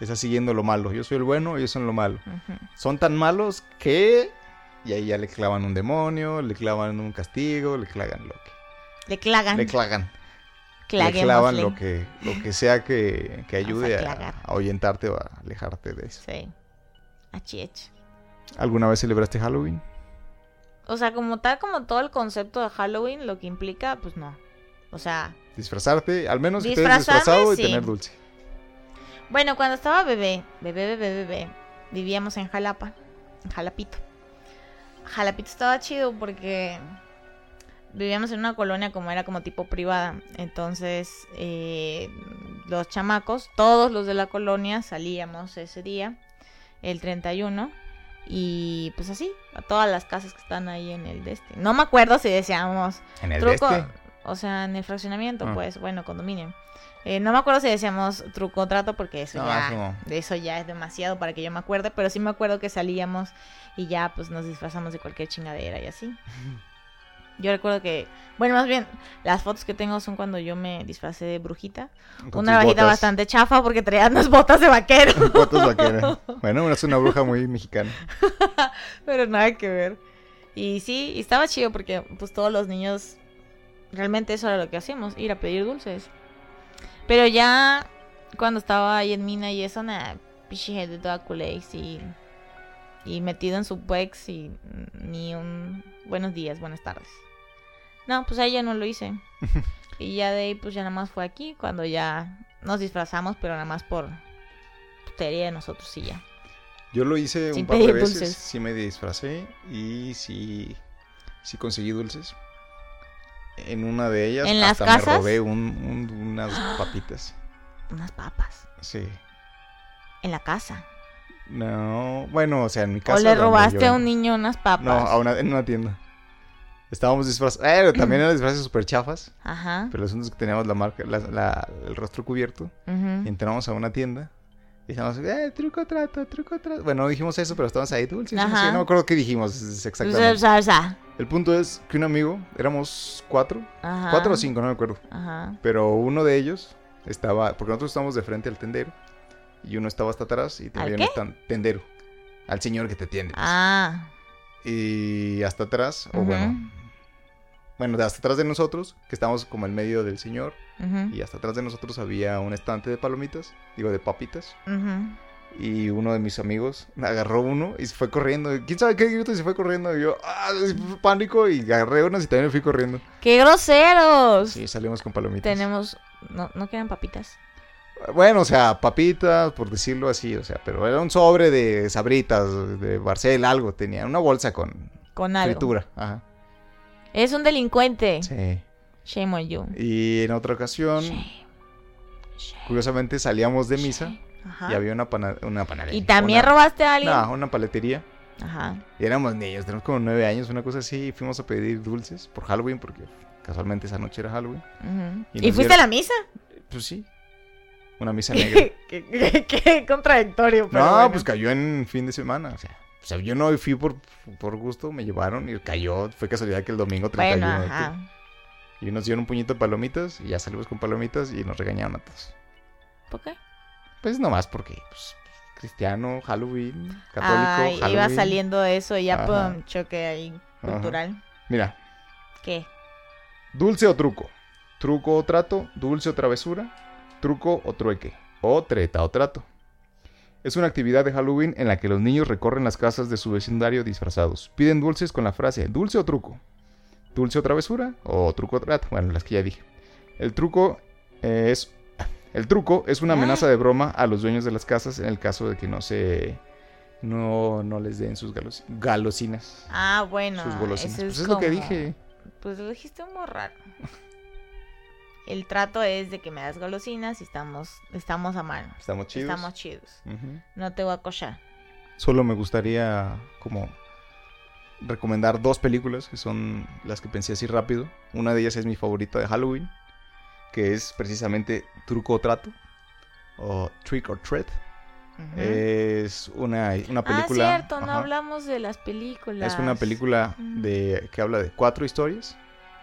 [SPEAKER 1] estás siguiendo lo malo. Yo soy el bueno, ellos son lo malo.
[SPEAKER 2] Ujú.
[SPEAKER 1] son tan malos que... Y ahí ya le clavan un demonio, le clavan un castigo, le clavan lo que...
[SPEAKER 2] Le clagan,
[SPEAKER 1] Le clagan. Le
[SPEAKER 2] claguémosle.
[SPEAKER 1] clavan lo que, lo que sea que, que
[SPEAKER 2] Vamos a
[SPEAKER 1] ayude a,
[SPEAKER 2] clagar.
[SPEAKER 1] a ahuyentarte o a alejarte de eso.
[SPEAKER 2] Sí, Ah, achi, achi.
[SPEAKER 1] ¿Alguna vez celebraste Halloween?
[SPEAKER 2] O sea, como tal, como todo el concepto de Halloween, lo que implica, pues no. O sea,
[SPEAKER 1] ¿Disfrazarte? Al menos que te hayas
[SPEAKER 2] Disfrazarme,
[SPEAKER 1] disfrazado y
[SPEAKER 2] sí.
[SPEAKER 1] tener dulce.
[SPEAKER 2] Bueno, cuando estaba bebé, bebé, bebé, bebé, vivíamos en Jalapa, en Jalapito. Jalapito estaba chido porque vivíamos en una colonia como era como tipo privada. Entonces, eh, los chamacos, todos los de la colonia, salíamos ese día, el 31. Y pues así, a todas las casas que están ahí en el de este. No me acuerdo si decíamos
[SPEAKER 1] ¿En el
[SPEAKER 2] truco,
[SPEAKER 1] este?
[SPEAKER 2] o sea, en el fraccionamiento,
[SPEAKER 1] Ah.
[SPEAKER 2] pues, bueno, condominio. Eh, no me acuerdo si decíamos truco o trato porque eso
[SPEAKER 1] No,
[SPEAKER 2] ya
[SPEAKER 1] eso no.
[SPEAKER 2] de eso ya es demasiado para que yo me acuerde, pero sí me acuerdo que salíamos y ya pues nos disfrazamos de cualquier chingadera y
[SPEAKER 1] [laughs]
[SPEAKER 2] así. Yo recuerdo que, bueno, más bien las fotos que tengo son cuando yo me disfracé de brujita,
[SPEAKER 1] Con
[SPEAKER 2] una
[SPEAKER 1] tus
[SPEAKER 2] brujita
[SPEAKER 1] botas.
[SPEAKER 2] bastante chafa porque traía unas botas
[SPEAKER 1] [laughs]
[SPEAKER 2] de vaquero,
[SPEAKER 1] Botas vaqueras. Bueno, es una bruja muy mexicana.
[SPEAKER 2] pero nada que ver. Y sí, y estaba chido porque pues todos los niños realmente eso era lo que hacíamos, ir a pedir dulces. Pero ya cuando estaba ahí en mina y eso, nada, pinche gente toda culéis y, y metido en su pex y ni un buenos días, buenas tardes. No, pues ahí ya no lo hice. y ya de ahí pues ya nada más fue aquí cuando ya nos disfrazamos, pero nada más por putería de nosotros y ya.
[SPEAKER 1] Yo lo hice
[SPEAKER 2] Sin
[SPEAKER 1] un par de
[SPEAKER 2] pedir
[SPEAKER 1] veces,
[SPEAKER 2] dulces.
[SPEAKER 1] sí me disfracé y sí, sí conseguí dulces. En una de ellas
[SPEAKER 2] ¿En las
[SPEAKER 1] hasta me
[SPEAKER 2] casas?
[SPEAKER 1] robé un- un- unas
[SPEAKER 2] [gasps]
[SPEAKER 1] papitas.
[SPEAKER 2] Unas papas
[SPEAKER 1] Sí.
[SPEAKER 2] en la casa.
[SPEAKER 1] No, bueno, o sea, en mi casa.
[SPEAKER 2] o le
[SPEAKER 1] donde
[SPEAKER 2] robaste
[SPEAKER 1] yo-
[SPEAKER 2] a un niño unas papas.
[SPEAKER 1] No, a una, en una tienda. Estábamos disfrazados. Eh, también eran disfraces súper chafas.
[SPEAKER 2] Ajá.
[SPEAKER 1] Pero el asunto es que teníamos la marca, la- la- el rostro cubierto.
[SPEAKER 2] ujú.
[SPEAKER 1] Y entramos a una tienda. Y estábamos, eh, truco trato, truco trato. Bueno, no dijimos eso, pero estábamos ahí dulces. No,
[SPEAKER 2] Ajá.
[SPEAKER 1] sé, no me acuerdo qué dijimos es-
[SPEAKER 2] Sa-
[SPEAKER 1] exactamente.
[SPEAKER 2] sa- sa.
[SPEAKER 1] El punto es que un amigo, éramos cuatro,
[SPEAKER 2] Ajá.
[SPEAKER 1] cuatro o cinco, no me acuerdo.
[SPEAKER 2] Ajá.
[SPEAKER 1] Pero uno de ellos estaba, porque nosotros estábamos de frente al tendero y uno estaba hasta atrás y también
[SPEAKER 2] qué?
[SPEAKER 1] están tendero, al señor que te tiende. pues.
[SPEAKER 2] Ah.
[SPEAKER 1] Y hasta atrás, o
[SPEAKER 2] Ujú.
[SPEAKER 1] bueno, bueno, de hasta atrás de nosotros, que estábamos como en medio del señor
[SPEAKER 2] ujú,
[SPEAKER 1] y hasta atrás de nosotros había un estante de palomitas, digo de papitas.
[SPEAKER 2] ujú.
[SPEAKER 1] Y uno de mis amigos agarró uno y se fue corriendo. ¿Quién sabe qué grito? Y se fue corriendo. Y yo, ¡ah! Pánico. Y agarré unas y también me fui corriendo.
[SPEAKER 2] ¡Qué groseros!
[SPEAKER 1] Sí, pues. salimos con palomitas.
[SPEAKER 2] Tenemos. No, no quedan papitas.
[SPEAKER 1] Bueno, o sea, papitas, por decirlo así, o sea, pero era un sobre de sabritas, de Barcel, algo, tenía una bolsa con
[SPEAKER 2] Con algo.
[SPEAKER 1] fritura. Ajá.
[SPEAKER 2] Es un delincuente.
[SPEAKER 1] Sí.
[SPEAKER 2] Shame on you.
[SPEAKER 1] Y en otra ocasión,
[SPEAKER 2] Shame. Shame.
[SPEAKER 1] curiosamente salíamos de misa
[SPEAKER 2] Ajá.
[SPEAKER 1] y había una, pana- una panadería.
[SPEAKER 2] ¿Y también
[SPEAKER 1] una-
[SPEAKER 2] robaste a alguien.
[SPEAKER 1] No, una paletería.
[SPEAKER 2] Ajá.
[SPEAKER 1] Y éramos niños, tenemos como nueve años, una cosa así, y fuimos a pedir dulces por Halloween, porque casualmente esa noche era Halloween.
[SPEAKER 2] ujú.
[SPEAKER 1] Y
[SPEAKER 2] ¿Y,
[SPEAKER 1] nos
[SPEAKER 2] fuiste
[SPEAKER 1] dieron-
[SPEAKER 2] a la misa?
[SPEAKER 1] Pues sí, una misa negra.
[SPEAKER 2] [laughs] qué, qué- qué contradictorio. pero
[SPEAKER 1] no,
[SPEAKER 2] bueno.
[SPEAKER 1] pues cayó en fin de semana, o sea. O sea, yo no fui por, por gusto, me llevaron y cayó. Fue casualidad que el domingo 31.
[SPEAKER 2] Bueno,
[SPEAKER 1] de octubre.
[SPEAKER 2] ajá.
[SPEAKER 1] Y nos dieron un puñito de palomitas y ya salimos con palomitas y nos regañaron a todos.
[SPEAKER 2] ¿Por qué?
[SPEAKER 1] Pues nomás porque, pues, cristiano, Halloween, católico,
[SPEAKER 2] Ay,
[SPEAKER 1] Halloween.
[SPEAKER 2] iba saliendo eso y ya
[SPEAKER 1] Ajá.
[SPEAKER 2] pum, choque ahí cultural.
[SPEAKER 1] Mira,
[SPEAKER 2] ¿Qué?
[SPEAKER 1] dulce o truco. Truco o trato, dulce o travesura, truco o trueque, o treta o trato. Es una actividad de Halloween en la que los niños recorren las casas de su vecindario disfrazados. Piden dulces con la frase dulce o truco. Dulce o travesura o truco o trato. Bueno, las que ya dije. El truco eh, es. [laughs] El truco es una amenaza de broma a los dueños de las casas en el caso de que no se. No, no les den sus galos- galosinas.
[SPEAKER 2] Ah, bueno.
[SPEAKER 1] sus golosinas.
[SPEAKER 2] eso
[SPEAKER 1] Pues es lo que
[SPEAKER 2] como-
[SPEAKER 1] dije.
[SPEAKER 2] Pues lo dijiste muy raro. El trato es de que me das golosinas y estamos, estamos a mano.
[SPEAKER 1] Estamos chidos.
[SPEAKER 2] Estamos chidos.
[SPEAKER 1] Ujú.
[SPEAKER 2] No te voy a cochar.
[SPEAKER 1] Solo me gustaría como recomendar dos películas que son las que pensé así rápido. Una de ellas es mi favorita de Halloween, que es precisamente Truco o Trato o Trick or Treat.
[SPEAKER 2] Ujú.
[SPEAKER 1] Es una, Eh, una
[SPEAKER 2] ah,
[SPEAKER 1] película.
[SPEAKER 2] cierto, no
[SPEAKER 1] ajá,
[SPEAKER 2] hablamos de las películas.
[SPEAKER 1] Es una película
[SPEAKER 2] Mm.
[SPEAKER 1] de que habla de cuatro historias.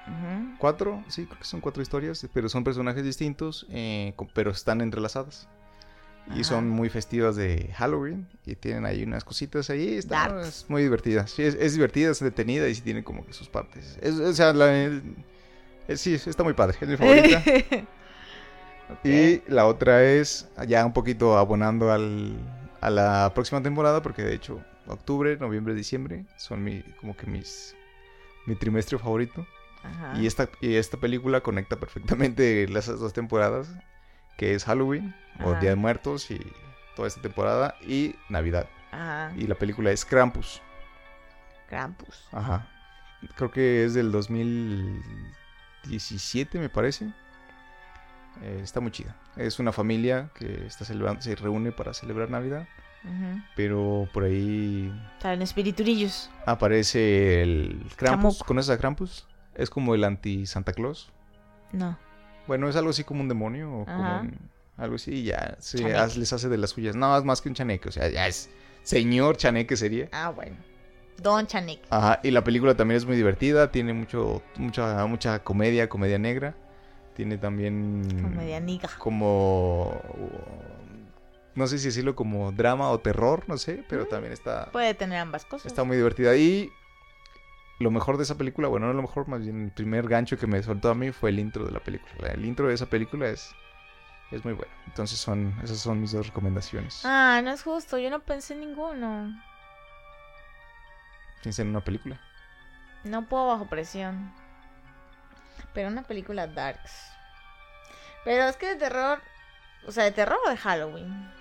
[SPEAKER 2] Ujú.
[SPEAKER 1] Cuatro, sí, creo que son cuatro historias, pero son personajes distintos, eh, co- pero están entrelazadas. Y
[SPEAKER 2] Ajá.
[SPEAKER 1] son muy festivas de Halloween. Y tienen ahí unas cositas ahí. Están
[SPEAKER 2] Darks.
[SPEAKER 1] muy divertidas. Sí, es, es divertida, es detenida y sí tiene como que sus partes. Es- o sea, la- el- eh, sí, está muy padre. Es mi favorita.
[SPEAKER 2] [laughs] Ok.
[SPEAKER 1] y la otra es, ya un poquito abonando al, a la próxima temporada, porque de hecho, octubre, noviembre, diciembre son mi, como que mis. Mi trimestre favorito.
[SPEAKER 2] Ajá.
[SPEAKER 1] Y esta, y esta película conecta perfectamente [laughs] las esas dos temporadas, que es Halloween o
[SPEAKER 2] Ajá.
[SPEAKER 1] Día de Muertos y toda esta temporada y Navidad.
[SPEAKER 2] Ajá.
[SPEAKER 1] Y la película es Krampus.
[SPEAKER 2] Krampus.
[SPEAKER 1] Ajá. Creo que es del 2017, me parece. Eh, está muy chida. Es una familia que está celebrando, se reúne para celebrar Navidad,
[SPEAKER 2] Ujú.
[SPEAKER 1] pero por ahí
[SPEAKER 2] Salen espiriturillos.
[SPEAKER 1] aparece el Krampus.
[SPEAKER 2] Chamuco.
[SPEAKER 1] ¿Conoces a Krampus? Es como el anti Santa Claus.
[SPEAKER 2] No.
[SPEAKER 1] Bueno, es algo así como un demonio o como
[SPEAKER 2] Ajá.
[SPEAKER 1] un- algo así y ya se
[SPEAKER 2] Chaneque.
[SPEAKER 1] haz- les hace de las suyas. No, es más que un chaneque, o sea, ya es señor chaneque sería.
[SPEAKER 2] Ah, bueno. Don Chanek.
[SPEAKER 1] Ajá, y la película también es muy divertida, tiene mucho mucha mucha comedia, comedia negra. Tiene también
[SPEAKER 2] Comedia niga.
[SPEAKER 1] como no sé si decirlo como drama o terror, no sé, pero
[SPEAKER 2] Mm.
[SPEAKER 1] también está
[SPEAKER 2] Puede tener ambas cosas.
[SPEAKER 1] está muy divertida y lo mejor de esa película, bueno, no lo mejor, más bien el primer gancho que me soltó a mí fue el intro de la película. La- El intro de esa película es, es muy bueno. Entonces son, esas son mis dos recomendaciones.
[SPEAKER 2] Ah, no es justo. Yo no pensé en ninguno.
[SPEAKER 1] Piensa en una película.
[SPEAKER 2] No puedo bajo presión. Pero una película darks. Pero es que de terror. O sea, de terror o de Halloween.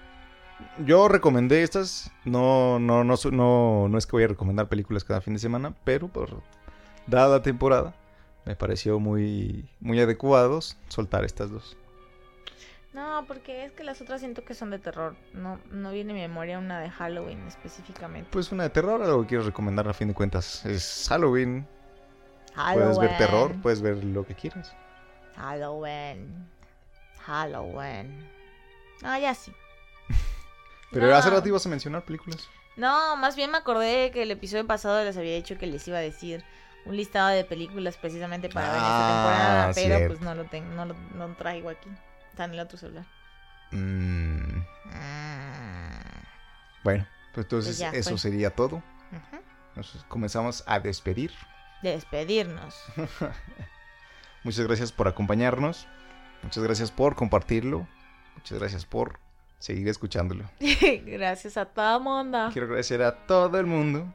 [SPEAKER 1] Yo recomendé estas. No, no, no, su- no, no es que voy a recomendar películas cada fin de semana, pero por dada temporada me pareció muy, muy adecuados soltar estas dos.
[SPEAKER 2] No, porque es que las otras siento que son de terror. No, no viene a mi memoria una de Halloween específicamente.
[SPEAKER 1] Pues una de terror, algo que quiero recomendar a fin de cuentas es Halloween.
[SPEAKER 2] Halloween.
[SPEAKER 1] Puedes ver terror, puedes ver lo que quieras.
[SPEAKER 2] Halloween. Halloween. Ah, ya sí.
[SPEAKER 1] [laughs] Pero
[SPEAKER 2] No.
[SPEAKER 1] hace rato ibas a mencionar películas.
[SPEAKER 2] No, más bien me acordé que el episodio pasado les había dicho que les iba a decir un listado de películas precisamente para ver
[SPEAKER 1] Ah,
[SPEAKER 2] esta temporada, pero
[SPEAKER 1] cierto.
[SPEAKER 2] pues no lo tengo, no lo no traigo aquí. Está en el otro celular.
[SPEAKER 1] Mm, bueno, pues entonces
[SPEAKER 2] Pues ya,
[SPEAKER 1] eso
[SPEAKER 2] fue.
[SPEAKER 1] sería todo.
[SPEAKER 2] Ujú.
[SPEAKER 1] Nos comenzamos a despedir.
[SPEAKER 2] De despedirnos.
[SPEAKER 1] [laughs]
[SPEAKER 2] [laughs]
[SPEAKER 1] Muchas gracias por acompañarnos. Muchas gracias por compartirlo. Muchas gracias por seguir escuchándolo.
[SPEAKER 2] Gracias a toda monda.
[SPEAKER 1] Quiero agradecer a todo el mundo.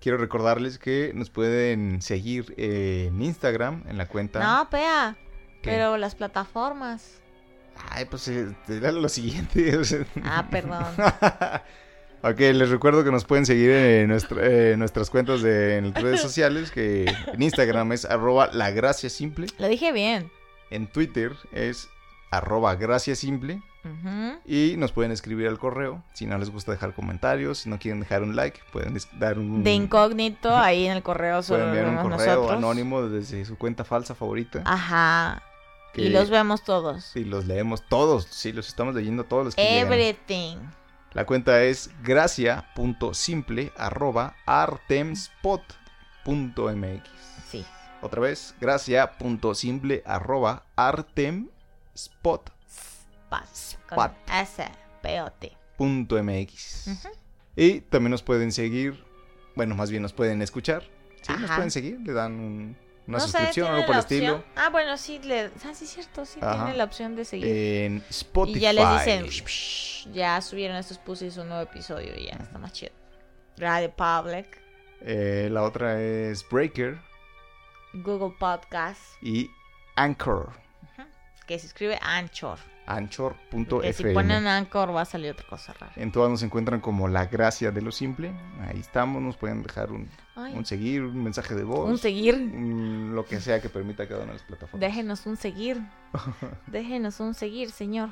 [SPEAKER 1] Quiero recordarles que nos pueden seguir en Instagram, en la cuenta.
[SPEAKER 2] No, pea.
[SPEAKER 1] ¿Qué?
[SPEAKER 2] Pero las plataformas.
[SPEAKER 1] Ay, pues eh, era lo siguiente. [laughs] o sea.
[SPEAKER 2] Ah, perdón.
[SPEAKER 1] [laughs] ok, les recuerdo que nos pueden seguir en, nuestro- eh, en nuestras cuentas de en redes sociales, que en Instagram es arroba la gracia simple,
[SPEAKER 2] Lo dije bien.
[SPEAKER 1] en Twitter es arroba gracia simple
[SPEAKER 2] Ujú.
[SPEAKER 1] y nos pueden escribir al correo. Si no les gusta dejar comentarios, si no quieren dejar un like, pueden es- dar un...
[SPEAKER 2] De incógnito, ahí en el correo solo
[SPEAKER 1] Mm. Pueden
[SPEAKER 2] lo
[SPEAKER 1] enviar un
[SPEAKER 2] vemos
[SPEAKER 1] correo
[SPEAKER 2] nosotros.
[SPEAKER 1] anónimo desde su cuenta falsa favorita.
[SPEAKER 2] Ajá.
[SPEAKER 1] que-
[SPEAKER 2] Y los vemos todos.
[SPEAKER 1] y los leemos todos, sí, los estamos leyendo todos los que llegan.
[SPEAKER 2] Everything.
[SPEAKER 1] La cuenta es gracia.simple.artemspot.mx.
[SPEAKER 2] Sí.
[SPEAKER 1] Otra vez, gracia.simple.artemspot.mx.
[SPEAKER 2] Paz. Con
[SPEAKER 1] Pat.
[SPEAKER 2] asa, peote. Ujú.
[SPEAKER 1] Y también nos pueden seguir, bueno, más bien nos pueden escuchar. Sí, nos
[SPEAKER 2] Ajá.
[SPEAKER 1] pueden seguir, le dan un- una
[SPEAKER 2] No sé,
[SPEAKER 1] suscripción o
[SPEAKER 2] ¿tiene
[SPEAKER 1] algo por el
[SPEAKER 2] la
[SPEAKER 1] estilo.
[SPEAKER 2] opción? Ah, bueno, sí, le... ah, sí, es cierto, sí
[SPEAKER 1] Ajá.
[SPEAKER 2] tiene la opción de seguir.
[SPEAKER 1] En Spotify.
[SPEAKER 2] Y ya les dicen, ya subieron estos pussies un nuevo episodio y ya está más chido. Radio Public,
[SPEAKER 1] Eh, la otra es Breaker
[SPEAKER 2] Google Podcast,
[SPEAKER 1] y Anchor.
[SPEAKER 2] que se escribe Anchor. Que si
[SPEAKER 1] Anchor.fm.
[SPEAKER 2] ponen Anchor va a salir otra cosa rara.
[SPEAKER 1] En todas nos encuentran como La Gracia de lo Simple. Ahí estamos, nos pueden dejar un,
[SPEAKER 2] Ay,
[SPEAKER 1] un seguir, un mensaje de voz.
[SPEAKER 2] un seguir.
[SPEAKER 1] un- lo que sea que permita cada una de las plataformas.
[SPEAKER 2] Déjenos un
[SPEAKER 1] [laughs]
[SPEAKER 2] seguir. Déjenos un seguir, señor.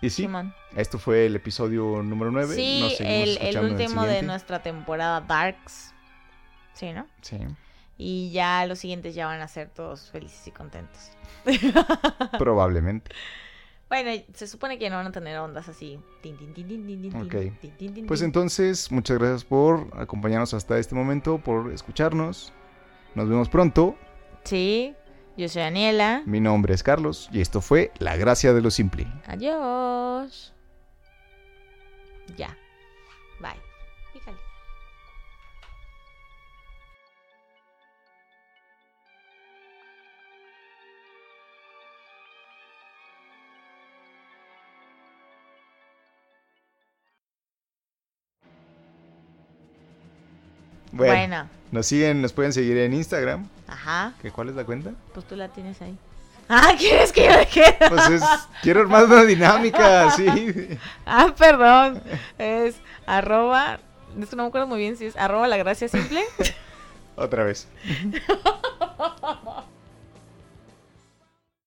[SPEAKER 1] Y sí,
[SPEAKER 2] Simón.
[SPEAKER 1] esto fue el episodio número 9.
[SPEAKER 2] Sí, el, el último de nuestra temporada Darks. Sí, ¿no?
[SPEAKER 1] Sí.
[SPEAKER 2] Y ya los siguientes ya van a ser todos felices y contentos.
[SPEAKER 1] Probablemente.
[SPEAKER 2] Bueno, se supone que ya no van a tener ondas así. Tin, tin, tin, tin, tin, tin,
[SPEAKER 1] Ok.
[SPEAKER 2] tin, tin, tin, tin,
[SPEAKER 1] Pues
[SPEAKER 2] tin.
[SPEAKER 1] entonces, muchas gracias por acompañarnos hasta este momento, por escucharnos. Nos vemos pronto.
[SPEAKER 2] Sí, yo soy Daniela.
[SPEAKER 1] Mi nombre es Carlos y esto fue La Gracia de lo Simple.
[SPEAKER 2] Adiós. Ya. Bye. Fíjale.
[SPEAKER 1] Bueno,
[SPEAKER 2] bueno,
[SPEAKER 1] Nos siguen, nos pueden seguir en Instagram.
[SPEAKER 2] ajá.
[SPEAKER 1] ¿Que ¿Cuál es la cuenta?
[SPEAKER 2] Pues tú la tienes ahí. Ah, [laughs] ¿quieres que yo deje?
[SPEAKER 1] Pues es, quiero armar una dinámica, sí.
[SPEAKER 2] Ah, perdón. Es arroba. Esto no me acuerdo muy bien si es arroba la gracia simple.
[SPEAKER 1] Otra vez.